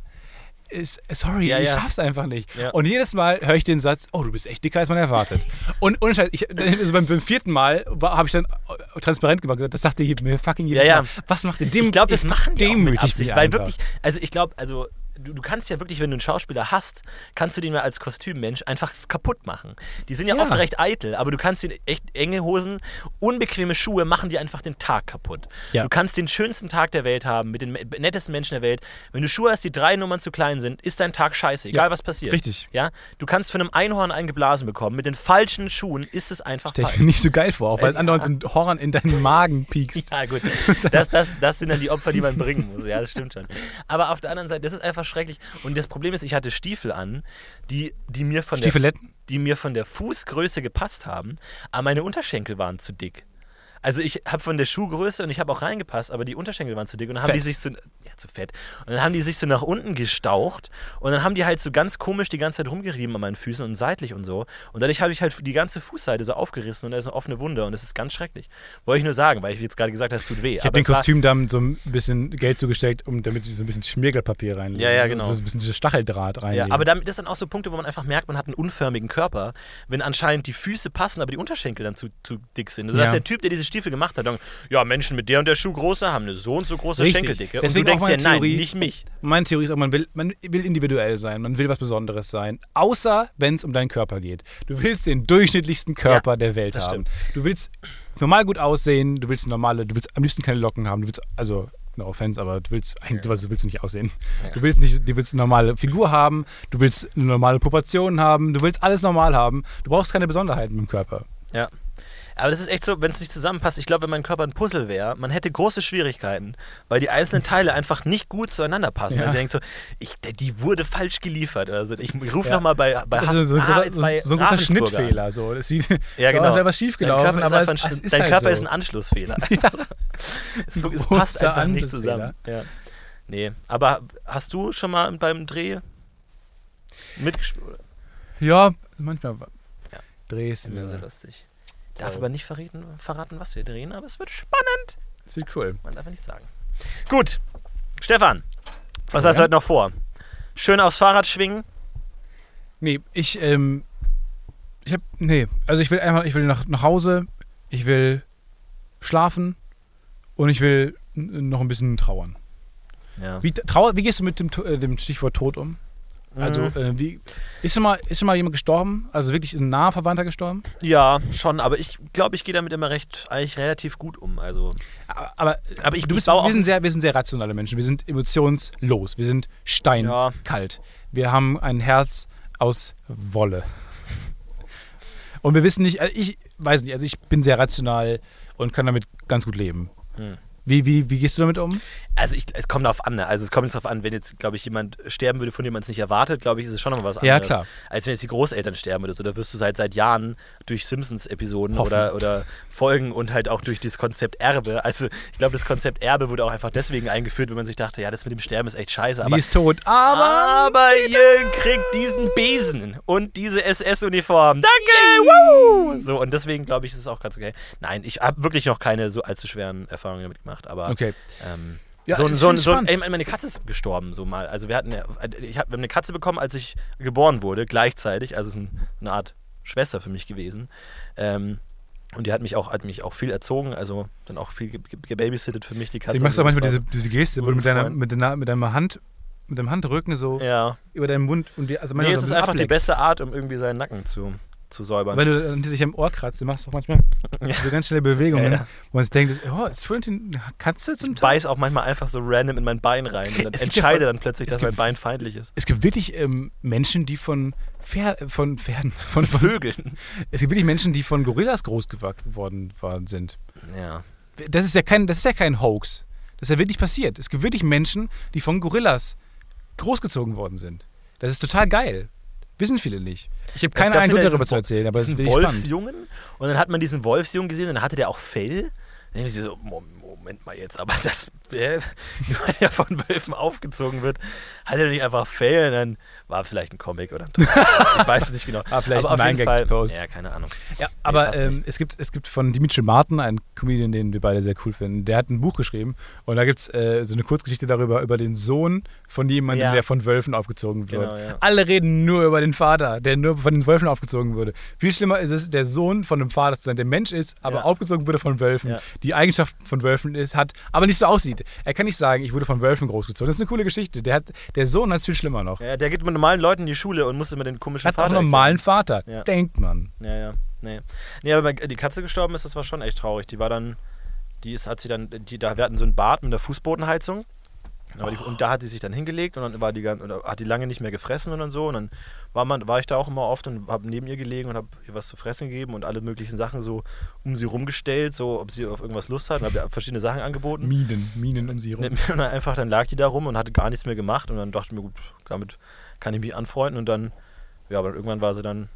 Speaker 2: Ist, sorry,
Speaker 3: Ja,
Speaker 2: ich
Speaker 3: ja.
Speaker 2: schaff's einfach nicht.
Speaker 3: Ja.
Speaker 2: Und jedes Mal höre ich den Satz, oh, du bist echt dicker, als man erwartet. Und ohne Scheiß, ich, also beim, beim vierten Mal habe ich dann äh, transparent gemacht, gesagt, das sagt ihr mir fucking jedes
Speaker 3: Ja, ja.
Speaker 2: Mal. Was macht ihr? Dem,
Speaker 3: ich glaube, das machen die auch mit
Speaker 2: demütigt
Speaker 3: Absicht,
Speaker 2: mich
Speaker 3: weil
Speaker 2: einfach.
Speaker 3: wirklich, also ich glaube, also du, du kannst ja wirklich, wenn du einen Schauspieler hast, kannst du den ja als Kostümmensch einfach kaputt machen. Die sind ja,
Speaker 2: Ja.
Speaker 3: oft recht eitel, aber du kannst den echt enge Hosen, unbequeme Schuhe machen dir einfach den Tag kaputt.
Speaker 2: Ja.
Speaker 3: Du kannst den schönsten Tag der Welt haben, mit den me- nettesten Menschen der Welt. Wenn du Schuhe hast, die drei Nummern zu klein sind, ist dein Tag scheiße, egal
Speaker 2: Ja,
Speaker 3: was passiert.
Speaker 2: richtig.
Speaker 3: Ja, du kannst von einem Einhorn eingeblasen bekommen, mit den falschen Schuhen ist es einfach
Speaker 2: Stell
Speaker 3: falsch.
Speaker 2: ich mir nicht so geil vor,
Speaker 3: Äh,
Speaker 2: auch weil es andauernd so ein Horror in deinen Magen piekst.
Speaker 3: Ja, gut. Das, das, das sind dann die Opfer, die man bringen muss. Ja, das stimmt schon. Aber auf der anderen Seite, das ist einfach schrecklich. Und das Problem ist, ich hatte Stiefel an, die, die, mir, von der,
Speaker 2: Stiefeletten?
Speaker 3: die mir von der Fußgröße gepasst haben, aber meine Unterschenkel waren zu dick. Also ich habe von der Schuhgröße und ich habe auch reingepasst, aber die Unterschenkel waren zu dick und dann haben
Speaker 2: Fett.
Speaker 3: die sich so ja zu fett und dann haben die sich so nach unten gestaucht und dann haben die halt so ganz komisch die ganze Zeit rumgerieben an meinen Füßen und seitlich und so und dadurch habe ich halt die ganze Fußseite so aufgerissen und da ist eine offene Wunde und das ist ganz schrecklich. Wollte ich nur sagen, weil ich jetzt gerade gesagt habe, es tut weh.
Speaker 2: Ich habe den Kostümdamen so ein bisschen Geld zugesteckt, um, damit sie so ein bisschen Schmirgelpapier reinlegen.
Speaker 3: Ja, ja,
Speaker 2: und
Speaker 3: genau.
Speaker 2: So ein bisschen so Stacheldraht
Speaker 3: Ja,
Speaker 2: reinlegen.
Speaker 3: aber damit, das sind auch so Punkte, wo man einfach merkt, man hat einen unförmigen Körper, wenn anscheinend die Füße passen, aber die Unterschenkel dann zu, zu dick sind. Du sagst,
Speaker 2: Ja.
Speaker 3: der Typ, der diese Stiefel gemacht hat, dann, ja, Menschen mit der und der Schuhgröße haben eine so und so große
Speaker 2: Richtig.
Speaker 3: Schenkeldicke.
Speaker 2: Deswegen
Speaker 3: und du
Speaker 2: auch meine
Speaker 3: denkst ja,
Speaker 2: Theorie-
Speaker 3: nein, nicht mich.
Speaker 2: Meine Theorie ist auch, man will, man will individuell sein, man will was Besonderes sein. Außer, wenn es um deinen Körper geht. Du willst den durchschnittlichsten Körper
Speaker 3: Ja,
Speaker 2: der Welt
Speaker 3: das
Speaker 2: haben. Du willst normal gut aussehen, du willst normale, du willst am liebsten keine Locken haben, du willst, also, no offense, aber du willst eigentlich, was du willst nicht aussehen. Du willst nicht, du willst eine normale Figur haben, du willst eine normale Proportion haben, du willst alles normal haben. Du brauchst keine Besonderheiten im Körper.
Speaker 3: Ja. Aber das ist echt so, wenn es nicht zusammenpasst. Ich glaube, wenn mein Körper ein Puzzle wäre, man hätte große Schwierigkeiten, weil die einzelnen Teile einfach nicht gut zueinander passen.
Speaker 2: Ja.
Speaker 3: Man denkt so, ich, die wurde falsch geliefert. Oder so. Ich rufe
Speaker 2: Ja.
Speaker 3: nochmal bei, bei
Speaker 2: Also
Speaker 3: Hass-
Speaker 2: so, ein
Speaker 3: ah,
Speaker 2: großer,
Speaker 3: jetzt
Speaker 2: so,
Speaker 3: bei
Speaker 2: so ein großer
Speaker 3: Ravensburger.
Speaker 2: Schnittfehler. So. Das sieht,
Speaker 3: Ja, genau.
Speaker 2: So, als wäre was
Speaker 3: Dein
Speaker 2: schiefgelaufen,
Speaker 3: Körper ist,
Speaker 2: aber es,
Speaker 3: einfach ein,
Speaker 2: es ist
Speaker 3: dein
Speaker 2: halt
Speaker 3: Körper
Speaker 2: so.
Speaker 3: ist ein Anschlussfehler. es, es passt
Speaker 2: Großer
Speaker 3: einfach nicht
Speaker 2: Anschlussfehler.
Speaker 3: zusammen. Ja. Nee, aber hast du schon mal beim Dreh mitgespielt?
Speaker 2: Ja, manchmal
Speaker 3: Ja.
Speaker 2: drehst du.
Speaker 3: Sehr,
Speaker 2: Ja.
Speaker 3: sehr lustig. Darf aber nicht verraten, verraten, was wir drehen, aber es wird spannend.
Speaker 2: Das wird cool.
Speaker 3: Man darf ja nichts sagen. Gut, Stefan, was hast du heute noch vor? Schön aufs Fahrrad schwingen?
Speaker 2: Nee, ich, ähm, ich hab, nee, also ich will einfach, ich will nach, nach Hause, ich will schlafen und ich will n- noch ein bisschen trauern.
Speaker 3: Ja.
Speaker 2: Wie, trau, wie gehst du mit dem, To- äh, dem Stichwort Tod um? Also,
Speaker 3: Mhm.
Speaker 2: äh, wie, ist schon mal, ist schon mal jemand gestorben? Also wirklich ein naher Verwandter gestorben?
Speaker 3: ja, schon, aber ich glaube, ich gehe damit immer recht, eigentlich relativ gut um. Also,
Speaker 2: Aber, aber,
Speaker 3: aber ich,
Speaker 2: du
Speaker 3: ich
Speaker 2: bist,
Speaker 3: baue auch
Speaker 2: wir, sind sehr, wir sind sehr rationale Menschen. Wir sind emotionslos. Wir sind
Speaker 3: Ja.
Speaker 2: steinkalt. Wir haben ein Herz aus Wolle. Und wir wissen nicht, also ich weiß nicht, also ich bin sehr rational und kann damit ganz gut leben.
Speaker 3: Hm.
Speaker 2: Wie, wie, wie gehst du damit um?
Speaker 3: Also ich, es kommt darauf an, ne? Also es kommt jetzt darauf an, wenn jetzt, glaube ich, jemand sterben würde, von dem man es nicht erwartet, glaube ich, ist es schon noch mal was
Speaker 2: Ja,
Speaker 3: anderes.
Speaker 2: klar.
Speaker 3: Als wenn jetzt die Großeltern sterben oder so. Da wirst du seit seit Jahren durch Simpsons-Episoden
Speaker 2: Hoffen.
Speaker 3: oder, oder Folgen und halt auch durch das Konzept Erbe. Also ich glaube, das Konzept Erbe wurde auch einfach deswegen eingeführt, wenn man sich dachte, ja, das mit dem Sterben ist echt scheiße.
Speaker 2: Sie
Speaker 3: Aber,
Speaker 2: ist tot, aber,
Speaker 3: aber ihr kriegt diesen Besen und diese SS-Uniform. Danke! Woo! So, und deswegen glaube ich, ist es auch ganz okay. Nein, ich habe wirklich noch keine so allzu schweren Erfahrungen damit gemacht, aber.
Speaker 2: Okay.
Speaker 3: Ähm,
Speaker 2: Ja,
Speaker 3: so, ein-
Speaker 2: ich
Speaker 3: so, ein-
Speaker 2: find's
Speaker 3: so, ein-
Speaker 2: spannend.
Speaker 3: ey, meine Katze ist gestorben, so mal. Also wir hatten, ja- ich hab, wir haben eine Katze bekommen, als ich geboren wurde, gleichzeitig. Also es ist ein, eine Art Schwester für mich gewesen. Ähm, und die hat mich auch, hat mich auch viel erzogen, also dann auch viel ge- ge- gebabysittet für mich, die Katze.
Speaker 2: Ich machst du
Speaker 3: und so,
Speaker 2: manchmal
Speaker 3: das
Speaker 2: diese, diese Geste, wo du
Speaker 3: Guten
Speaker 2: mit deiner,
Speaker 3: Freund.
Speaker 2: mit, deiner, mit deiner Hand, mit deinem Handrücken so
Speaker 3: war- Ja.
Speaker 2: über deinen Mund und die, also
Speaker 3: Nee,
Speaker 2: manchmal so
Speaker 3: es ist
Speaker 2: ein bisschen
Speaker 3: einfach die
Speaker 2: ableckst.
Speaker 3: beste Art, um irgendwie seinen Nacken zu, zu säubern.
Speaker 2: Wenn du dann dich am Ohr kratzt, dann machst du auch manchmal so ganz schnelle Bewegungen, ne?
Speaker 3: Ja, ja.
Speaker 2: wo man sich denkt, oh, ist vorhin eine Katze zum Teil?
Speaker 3: Beiß auch manchmal einfach so random in mein Bein rein und dann
Speaker 2: Es gibt ja
Speaker 3: entscheide
Speaker 2: voll-
Speaker 3: dann plötzlich,
Speaker 2: es
Speaker 3: dass mein
Speaker 2: gibt-
Speaker 3: Bein feindlich ist.
Speaker 2: Es gibt wirklich ähm, Menschen, die von, Pfer von Pferden, von, von
Speaker 3: Vögeln.
Speaker 2: es gibt wirklich Menschen, die von Gorillas groß geworden worden sind.
Speaker 3: Ja.
Speaker 2: Das ist ja kein, das ist ja kein Hoax. Das ist ja wirklich passiert. Es gibt wirklich Menschen, die von Gorillas großgezogen worden sind. Das ist total geil. Wissen viele nicht. Ich habe keine
Speaker 3: gab's
Speaker 2: Ahnung
Speaker 3: ja da
Speaker 2: darüber
Speaker 3: diesen
Speaker 2: zu
Speaker 3: Wo-
Speaker 2: erzählen, aber es ist
Speaker 3: diesen
Speaker 2: wirklich spannend.
Speaker 3: Wolfsjungen. Und dann hat man diesen Wolfsjungen gesehen und dann hatte der auch Fell. Dann denke ich so, Mo- Moment mal jetzt, aber das, äh, nur weil der von Wölfen aufgezogen wird, hat er nicht einfach Fell und dann war vielleicht ein Comic oder ein Traum. Ich weiß es nicht genau.
Speaker 2: Ah, vielleicht
Speaker 3: aber auf
Speaker 2: ein
Speaker 3: jeden
Speaker 2: Mindgag
Speaker 3: Fall,
Speaker 2: exposed.
Speaker 3: ja, keine Ahnung.
Speaker 2: Ja, aber
Speaker 3: passt
Speaker 2: ähm, es, gibt, es gibt von Dimitri Martin, einen Comedian, den wir beide sehr cool finden, der hat ein Buch geschrieben und da gibt es äh, so eine Kurzgeschichte darüber, über den Sohn von jemandem,
Speaker 3: Ja.
Speaker 2: der von Wölfen aufgezogen wurde.
Speaker 3: Genau, ja.
Speaker 2: Alle reden nur über den Vater, der nur von den Wölfen aufgezogen wurde. Viel schlimmer ist es, der Sohn von einem Vater zu sein, der Mensch ist, aber
Speaker 3: Ja.
Speaker 2: aufgezogen wurde von Wölfen,
Speaker 3: Ja.
Speaker 2: die Eigenschaften von Wölfen ist, hat, aber nicht so aussieht. Er kann nicht sagen, ich wurde von Wölfen großgezogen. Das ist eine coole Geschichte. Der, hat, der Sohn hat es viel schlimmer noch.
Speaker 3: Ja, der geht mit normalen Leuten in die Schule und muss immer den komischen
Speaker 2: Hat auch
Speaker 3: Vater
Speaker 2: einen normalen Vater,
Speaker 3: Ja.
Speaker 2: denkt man.
Speaker 3: Ja, ja. Nee. Nee, aber wenn die Katze gestorben ist, das war schon echt traurig. Die war dann, die ist, hat sie dann, die, da, wir hatten so ein Bad mit einer Fußbodenheizung. Aber die, und da hat sie sich dann hingelegt und dann war die ganz, oder hat die lange nicht mehr gefressen und dann so. Und dann war, man, war ich da auch immer oft und habe neben ihr gelegen und habe ihr was zu fressen gegeben und alle möglichen Sachen so um sie rumgestellt, so ob sie auf irgendwas Lust hat und habe ihr verschiedene Sachen angeboten.
Speaker 2: Minen, Minen um sie rum.
Speaker 3: Und dann einfach, dann lag die da rum und hatte gar nichts mehr gemacht. Und dann dachte ich mir, gut, damit kann ich mich anfreunden. Und dann, ja, aber irgendwann war sie dann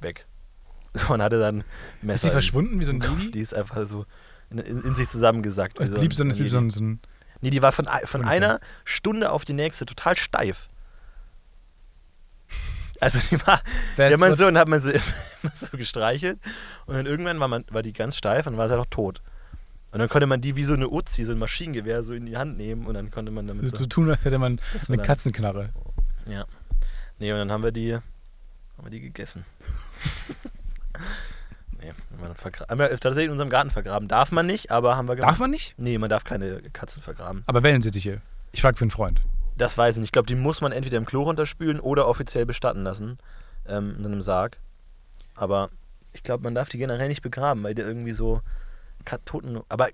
Speaker 3: weg. Und hatte dann ein Messer.
Speaker 2: Ist sie
Speaker 3: im-
Speaker 2: verschwunden wie so ein
Speaker 3: im Kopf.
Speaker 2: Baby?
Speaker 3: Die ist einfach so in, in, in sich zusammengesackt. wie
Speaker 2: Es blieb so ein, es blieb so ein, so ein
Speaker 3: Nee, die war von, ei- von
Speaker 2: Okay.
Speaker 3: einer Stunde auf die nächste total steif. Also die war,
Speaker 2: That's
Speaker 3: der man
Speaker 2: what-
Speaker 3: so und hat man sie immer so gestreichelt und dann irgendwann war, man, war die ganz steif und war sie halt auch tot. Und dann konnte man die wie so eine Uzi, so ein Maschinengewehr so in die Hand nehmen und dann konnte man damit
Speaker 2: so
Speaker 3: so,
Speaker 2: zu tun, als hätte man
Speaker 3: das war
Speaker 2: eine
Speaker 3: dann- Genau.
Speaker 2: Katzenknarre.
Speaker 3: Nee, und dann haben wir die, haben wir die gegessen. nee, haben wir, dann vergra- haben wir tatsächlich in unserem Garten vergraben. Darf man nicht, aber haben wir gemacht.
Speaker 2: Darf man nicht?
Speaker 3: Nee, man darf keine Katzen vergraben.
Speaker 2: Aber Wellensittiche. Ich frage für einen Freund.
Speaker 3: Das weiß ich nicht. Ich glaube, die muss man entweder im Klo runterspülen oder offiziell bestatten lassen. Ähm, in einem Sarg. Aber ich glaube, man darf die generell nicht begraben, weil die irgendwie so Katoten. Aber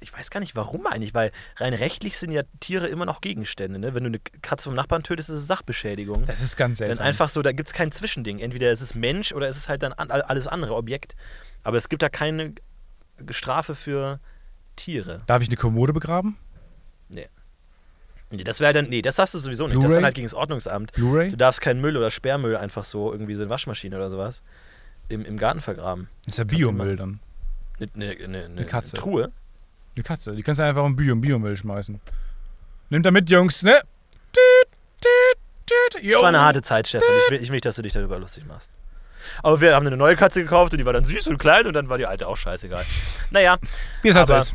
Speaker 3: ich weiß gar nicht, warum eigentlich, weil rein rechtlich sind ja Tiere immer noch Gegenstände. Ne? Wenn du eine Katze vom Nachbarn tötest, ist es Sachbeschädigung.
Speaker 2: Das ist ganz
Speaker 3: Dann
Speaker 2: seltsam.
Speaker 3: einfach so, da gibt es kein Zwischending. Entweder ist es Mensch oder ist es halt dann an, alles andere Objekt. Aber es gibt da keine Strafe für Tiere.
Speaker 2: Darf ich eine Kommode begraben?
Speaker 3: Nee, das wäre dann, nee, das hast du sowieso nicht. Das ist
Speaker 2: Blu-ray?
Speaker 3: dann halt gegen das Ordnungsamt.
Speaker 2: Blu-ray?
Speaker 3: Du darfst keinen Müll oder Sperrmüll einfach so irgendwie so in Waschmaschine oder sowas im, im Garten vergraben.
Speaker 2: Das ist ja
Speaker 3: Katze
Speaker 2: Biomüll dann.
Speaker 3: Eine ne, ne, ne,
Speaker 2: Eine Katze.
Speaker 3: Truhe.
Speaker 2: Eine Katze. Die kannst du einfach im Bio, Biomüll schmeißen. Nimmt da mit, Jungs, ne? Tüt, tüt, tüt.
Speaker 3: Das
Speaker 2: Jo.
Speaker 3: war eine harte Zeit, Stefan. Ich will, ich will nicht, dass du dich darüber lustig machst. Aber wir haben eine neue Katze gekauft und die war dann süß und klein und dann war die alte auch scheißegal. Naja,
Speaker 2: Wie das halt so
Speaker 3: aber-
Speaker 2: ist.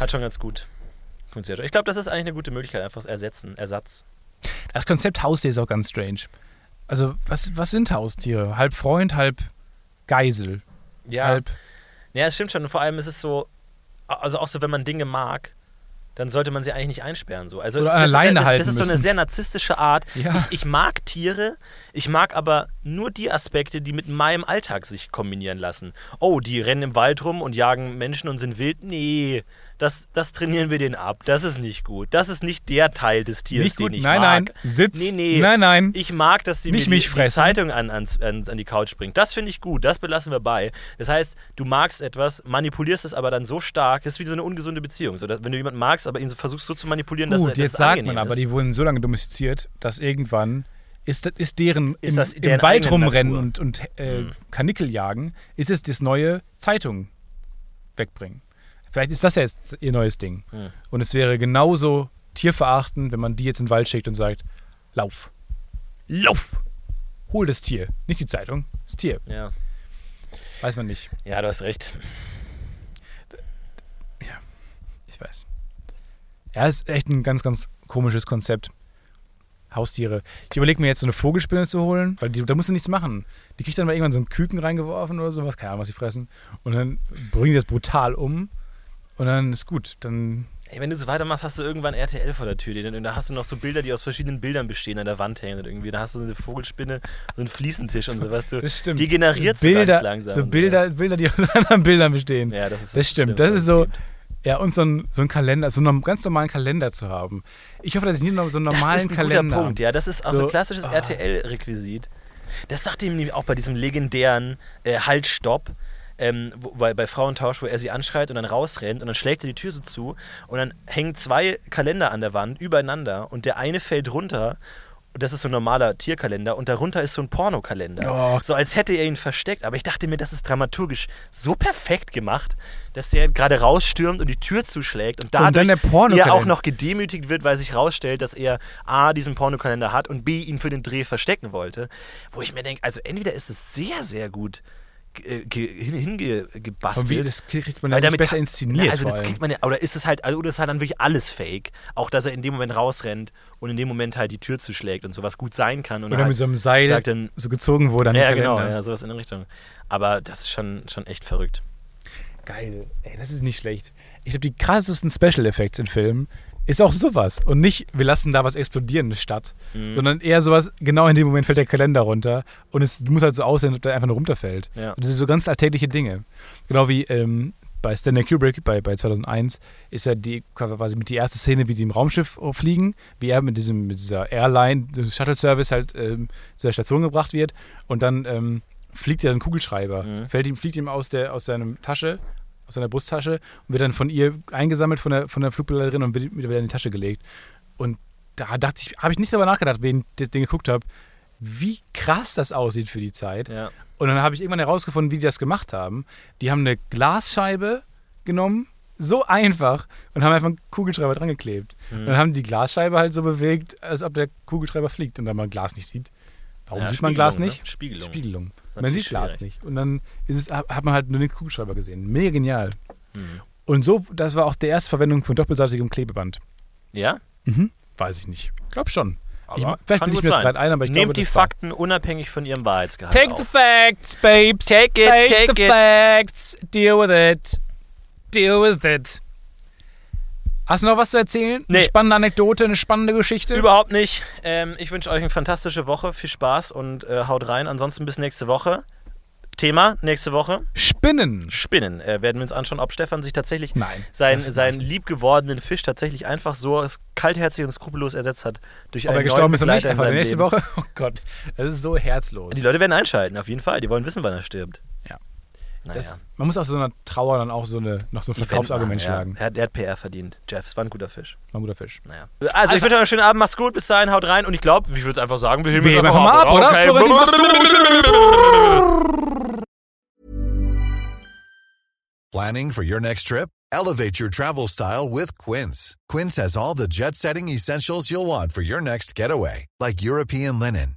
Speaker 3: Hat schon ganz gut funktioniert. Ich glaube, das ist eigentlich eine gute Möglichkeit, einfach ersetzen, Ersatz.
Speaker 2: Das Konzept Haustier ist auch ganz strange. Also, was, was sind Haustiere? Halb Freund, halb Geisel.
Speaker 3: Ja,
Speaker 2: Halb.
Speaker 3: ja, das stimmt schon. Und vor allem ist es so, also auch so, wenn man Dinge mag, dann sollte man sie eigentlich nicht einsperren. So. Also
Speaker 2: Oder an
Speaker 3: das,
Speaker 2: der Leine
Speaker 3: das, das,
Speaker 2: halten
Speaker 3: das ist so eine
Speaker 2: müssen.
Speaker 3: sehr narzisstische Art.
Speaker 2: Ja.
Speaker 3: Ich, ich mag Tiere, ich mag aber nur die Aspekte, die mit meinem Alltag sich kombinieren lassen. Oh, die rennen im Wald rum und jagen Menschen und sind wild. Nee, das, das trainieren wir denen ab. Das ist nicht gut. Das ist nicht der Teil des Tieres,
Speaker 2: Nicht gut.
Speaker 3: den ich
Speaker 2: Nein,
Speaker 3: mag.
Speaker 2: nein. Sitz.
Speaker 3: Nee, nee.
Speaker 2: Nein, nein.
Speaker 3: Ich mag, dass sie
Speaker 2: Nicht
Speaker 3: mir
Speaker 2: mich
Speaker 3: die, die
Speaker 2: fressen.
Speaker 3: Zeitung an, ans, ans, an die Couch bringt. Das finde ich gut, das belassen wir bei. Das heißt, du magst etwas, manipulierst es aber dann so stark, das ist wie so eine ungesunde Beziehung. So, dass, wenn du jemanden magst, aber ihn so versuchst so zu manipulieren, dass, er-
Speaker 2: Gut,
Speaker 3: dass
Speaker 2: jetzt
Speaker 3: es
Speaker 2: sagt
Speaker 3: angenehm
Speaker 2: man aber,
Speaker 3: ist.
Speaker 2: die wurden so lange domestiziert, dass irgendwann ist, das- ist deren
Speaker 3: Ist
Speaker 2: im,
Speaker 3: das
Speaker 2: im
Speaker 3: deren
Speaker 2: Wald
Speaker 3: eigene
Speaker 2: rumrennen
Speaker 3: Natur? Hm.
Speaker 2: und, und äh, Kanickel jagen, ist es das neue Zeitung wegbringen. Vielleicht ist das ja jetzt ihr neues Ding.
Speaker 3: Hm.
Speaker 2: Und es wäre genauso tierverachtend, wenn man die jetzt in den Wald schickt und sagt, lauf, lauf, hol das Tier, nicht die Zeitung, das Tier.
Speaker 3: Ja.
Speaker 2: Weiß man nicht.
Speaker 3: ja, du hast recht.
Speaker 2: Ich weiß. Ja, ist echt ein ganz, ganz komisches Konzept. Haustiere. Ich überlege mir jetzt so eine Vogelspinne zu holen, weil die, da musst du nichts machen. Die kriegt dann mal irgendwann so einen Küken reingeworfen oder sowas, keine Ahnung, was sie fressen. Und dann bringen die das brutal um. Und dann ist gut. Dann
Speaker 3: Ey, wenn du so weitermachst, hast du irgendwann RTL vor der Tür. Die, und da hast du noch so Bilder, die aus verschiedenen Bildern bestehen, an der Wand hängen. Und irgendwie, da hast du so eine Vogelspinne, so einen Fliesentisch und sowas. Du,
Speaker 2: Das stimmt.
Speaker 3: Die generiert so
Speaker 2: Bilder,
Speaker 3: ganz langsam.
Speaker 2: so Bilder, Bilder, die aus anderen Bildern bestehen.
Speaker 3: Ja, das ist
Speaker 2: Das stimmt. Das ist so,
Speaker 3: stimmt.
Speaker 2: ja, und so einen so einen Kalender, so einen ganz normalen Kalender zu haben. Ich hoffe, dass ich nie noch so einen normalen
Speaker 3: das ist ein
Speaker 2: Kalender
Speaker 3: guter Punkt, ja. Das ist auch so,
Speaker 2: So,
Speaker 3: klassisches
Speaker 2: ah.
Speaker 3: RTL-Requisit. Das sagt ihm nämlich auch bei diesem legendären äh, Halt, Stopp. Ähm, wo, bei, bei Frauentausch, wo er sie anschreit und dann rausrennt und dann schlägt er die Tür so zu und dann hängen zwei Kalender an der Wand übereinander und der eine fällt runter. Und Das ist so ein normaler Tierkalender und darunter ist so ein Pornokalender.
Speaker 2: Oh.
Speaker 3: So als hätte er ihn versteckt. Aber ich dachte mir, das ist dramaturgisch so perfekt gemacht, dass der gerade rausstürmt und die Tür zuschlägt und
Speaker 2: Und
Speaker 3: dadurch
Speaker 2: dann der
Speaker 3: er
Speaker 2: Pornokalender.
Speaker 3: auch noch gedemütigt wird, weil sich rausstellt, dass er A, diesen Pornokalender hat und B, ihn für den Dreh verstecken wollte. Wo ich mir denke, also entweder ist es sehr, sehr gut ge- ge- hin-
Speaker 2: Und wie,
Speaker 3: hingebastelt.
Speaker 2: das kriegt man
Speaker 3: weil
Speaker 2: ja nicht
Speaker 3: damit
Speaker 2: besser
Speaker 3: kann-
Speaker 2: inszeniert.
Speaker 3: Also
Speaker 2: vor
Speaker 3: das
Speaker 2: allem.
Speaker 3: kriegt man ja, oder ist es halt, also, oder ist halt dann wirklich alles fake. Auch dass er in dem Moment rausrennt und in dem Moment halt die Tür zuschlägt und sowas gut sein kann. Und
Speaker 2: Oder
Speaker 3: halt
Speaker 2: mit so einem Seil
Speaker 3: sagt dann,
Speaker 2: so gezogen wurde an den
Speaker 3: ja, genau,
Speaker 2: Kalender.
Speaker 3: ja, sowas in der Richtung. Aber das ist schon, schon echt verrückt.
Speaker 2: Geil. Ey, das ist nicht schlecht. Ich glaube, die krassesten Special Effects in Filmen ist auch sowas. Und nicht, wir lassen da was Explodierendes statt,
Speaker 3: Mhm.
Speaker 2: sondern eher sowas, genau in dem Moment fällt der Kalender runter und es muss halt so aussehen, als ob der einfach nur runterfällt.
Speaker 3: Ja.
Speaker 2: Und das sind so ganz alltägliche Dinge. Genau wie ähm, bei Stanley Kubrick, bei, bei 2001, ist ja die, quasi mit die erste Szene, wie die im Raumschiff äh, fliegen, wie er mit, diesem, mit dieser Airline, diesem Shuttle-Service halt ähm, zu der Station gebracht wird und dann ähm, fliegt ja ein Kugelschreiber, fällt ihm, fliegt ihm aus, der, aus seinem Tasche aus seiner Brusttasche und wird dann von ihr eingesammelt von der, von der Flugbegleiterin und wird wieder wieder in die Tasche gelegt. Und da dachte ich, habe ich nicht darüber nachgedacht, wenn ich das Ding geguckt habe, wie krass das aussieht für die Zeit.
Speaker 3: Ja.
Speaker 2: Und dann habe ich irgendwann herausgefunden, wie die das gemacht haben. Die haben eine Glasscheibe genommen, so einfach, und haben einfach einen Kugelschreiber dran geklebt.
Speaker 3: Hm.
Speaker 2: Und dann haben die Glasscheibe halt so bewegt, als ob der Kugelschreiber fliegt und dann man Glas nicht sieht. Warum
Speaker 3: Ja,
Speaker 2: sieht man Glas
Speaker 3: Spiegelung,
Speaker 2: nicht?
Speaker 3: Ne? Spiegelung.
Speaker 2: Spiegelung.
Speaker 3: ist
Speaker 2: Man
Speaker 3: natürlich
Speaker 2: sieht Glas
Speaker 3: schwierig.
Speaker 2: nicht. Und dann ist es, hat man halt nur den Kugelschreiber gesehen. Mega genial.
Speaker 3: Hm.
Speaker 2: Und so, das war auch die erste Verwendung von doppelseitigem Klebeband.
Speaker 3: Ja?
Speaker 2: Weiß ich nicht. Glaub schon.
Speaker 3: Aber
Speaker 2: Ich, ma- vielleicht
Speaker 3: kann
Speaker 2: bin ich
Speaker 3: gut
Speaker 2: mir das
Speaker 3: sein.
Speaker 2: gerade ein, aber ich
Speaker 3: Nehmt
Speaker 2: glaube,
Speaker 3: die
Speaker 2: das war-
Speaker 3: Fakten unabhängig von ihrem Wahrheitsgehalt
Speaker 2: Take
Speaker 3: auf.
Speaker 2: the facts, babes.
Speaker 3: Take it, take
Speaker 2: the
Speaker 3: it.
Speaker 2: facts. Deal with it. Deal with it. Hast du noch was zu erzählen?
Speaker 3: Nee.
Speaker 2: Eine spannende Anekdote, eine spannende Geschichte?
Speaker 3: Überhaupt nicht. Ähm, ich wünsche euch eine fantastische Woche. Viel Spaß und äh, haut rein. Ansonsten bis nächste Woche. Thema nächste Woche:
Speaker 2: Spinnen.
Speaker 3: Spinnen. Äh, werden wir uns anschauen, ob Stefan sich tatsächlich
Speaker 2: Nein,
Speaker 3: seinen,
Speaker 2: das
Speaker 3: seinen liebgewordenen Fisch tatsächlich einfach so kaltherzig und skrupellos ersetzt hat durch
Speaker 2: Ob er
Speaker 3: einen
Speaker 2: gestorben
Speaker 3: neuen
Speaker 2: ist oder nicht,
Speaker 3: Begleiter in
Speaker 2: aber
Speaker 3: seinem
Speaker 2: nächste
Speaker 3: Leben.
Speaker 2: Woche. Oh Gott, das ist so herzlos.
Speaker 3: Die Leute werden einschalten, auf jeden Fall. Die wollen wissen, wann er stirbt.
Speaker 2: Ja.
Speaker 3: Naja.
Speaker 2: das, man muss aus so einer Trauer dann auch so eine, noch so ein
Speaker 3: Event
Speaker 2: Verkaufsargument
Speaker 3: machen,
Speaker 2: schlagen.
Speaker 3: Ja. Er, hat, er hat PR verdient. Jeff, es war ein guter Fisch.
Speaker 2: War ein guter Fisch.
Speaker 3: Naja. Also, ich wünsche euch einen schönen Abend. Macht's gut. Bis dahin, haut rein. Und ich glaube, ich würde einfach sagen, wir heben
Speaker 2: Wir
Speaker 3: jetzt
Speaker 2: heben einfach mal ab, oder?
Speaker 3: Okay.
Speaker 2: Florentin, mach's gut.
Speaker 4: Planning for your next trip? Elevate your travel style with Quince. Quince has all the jet setting essentials you'll want for your next getaway, like European linen,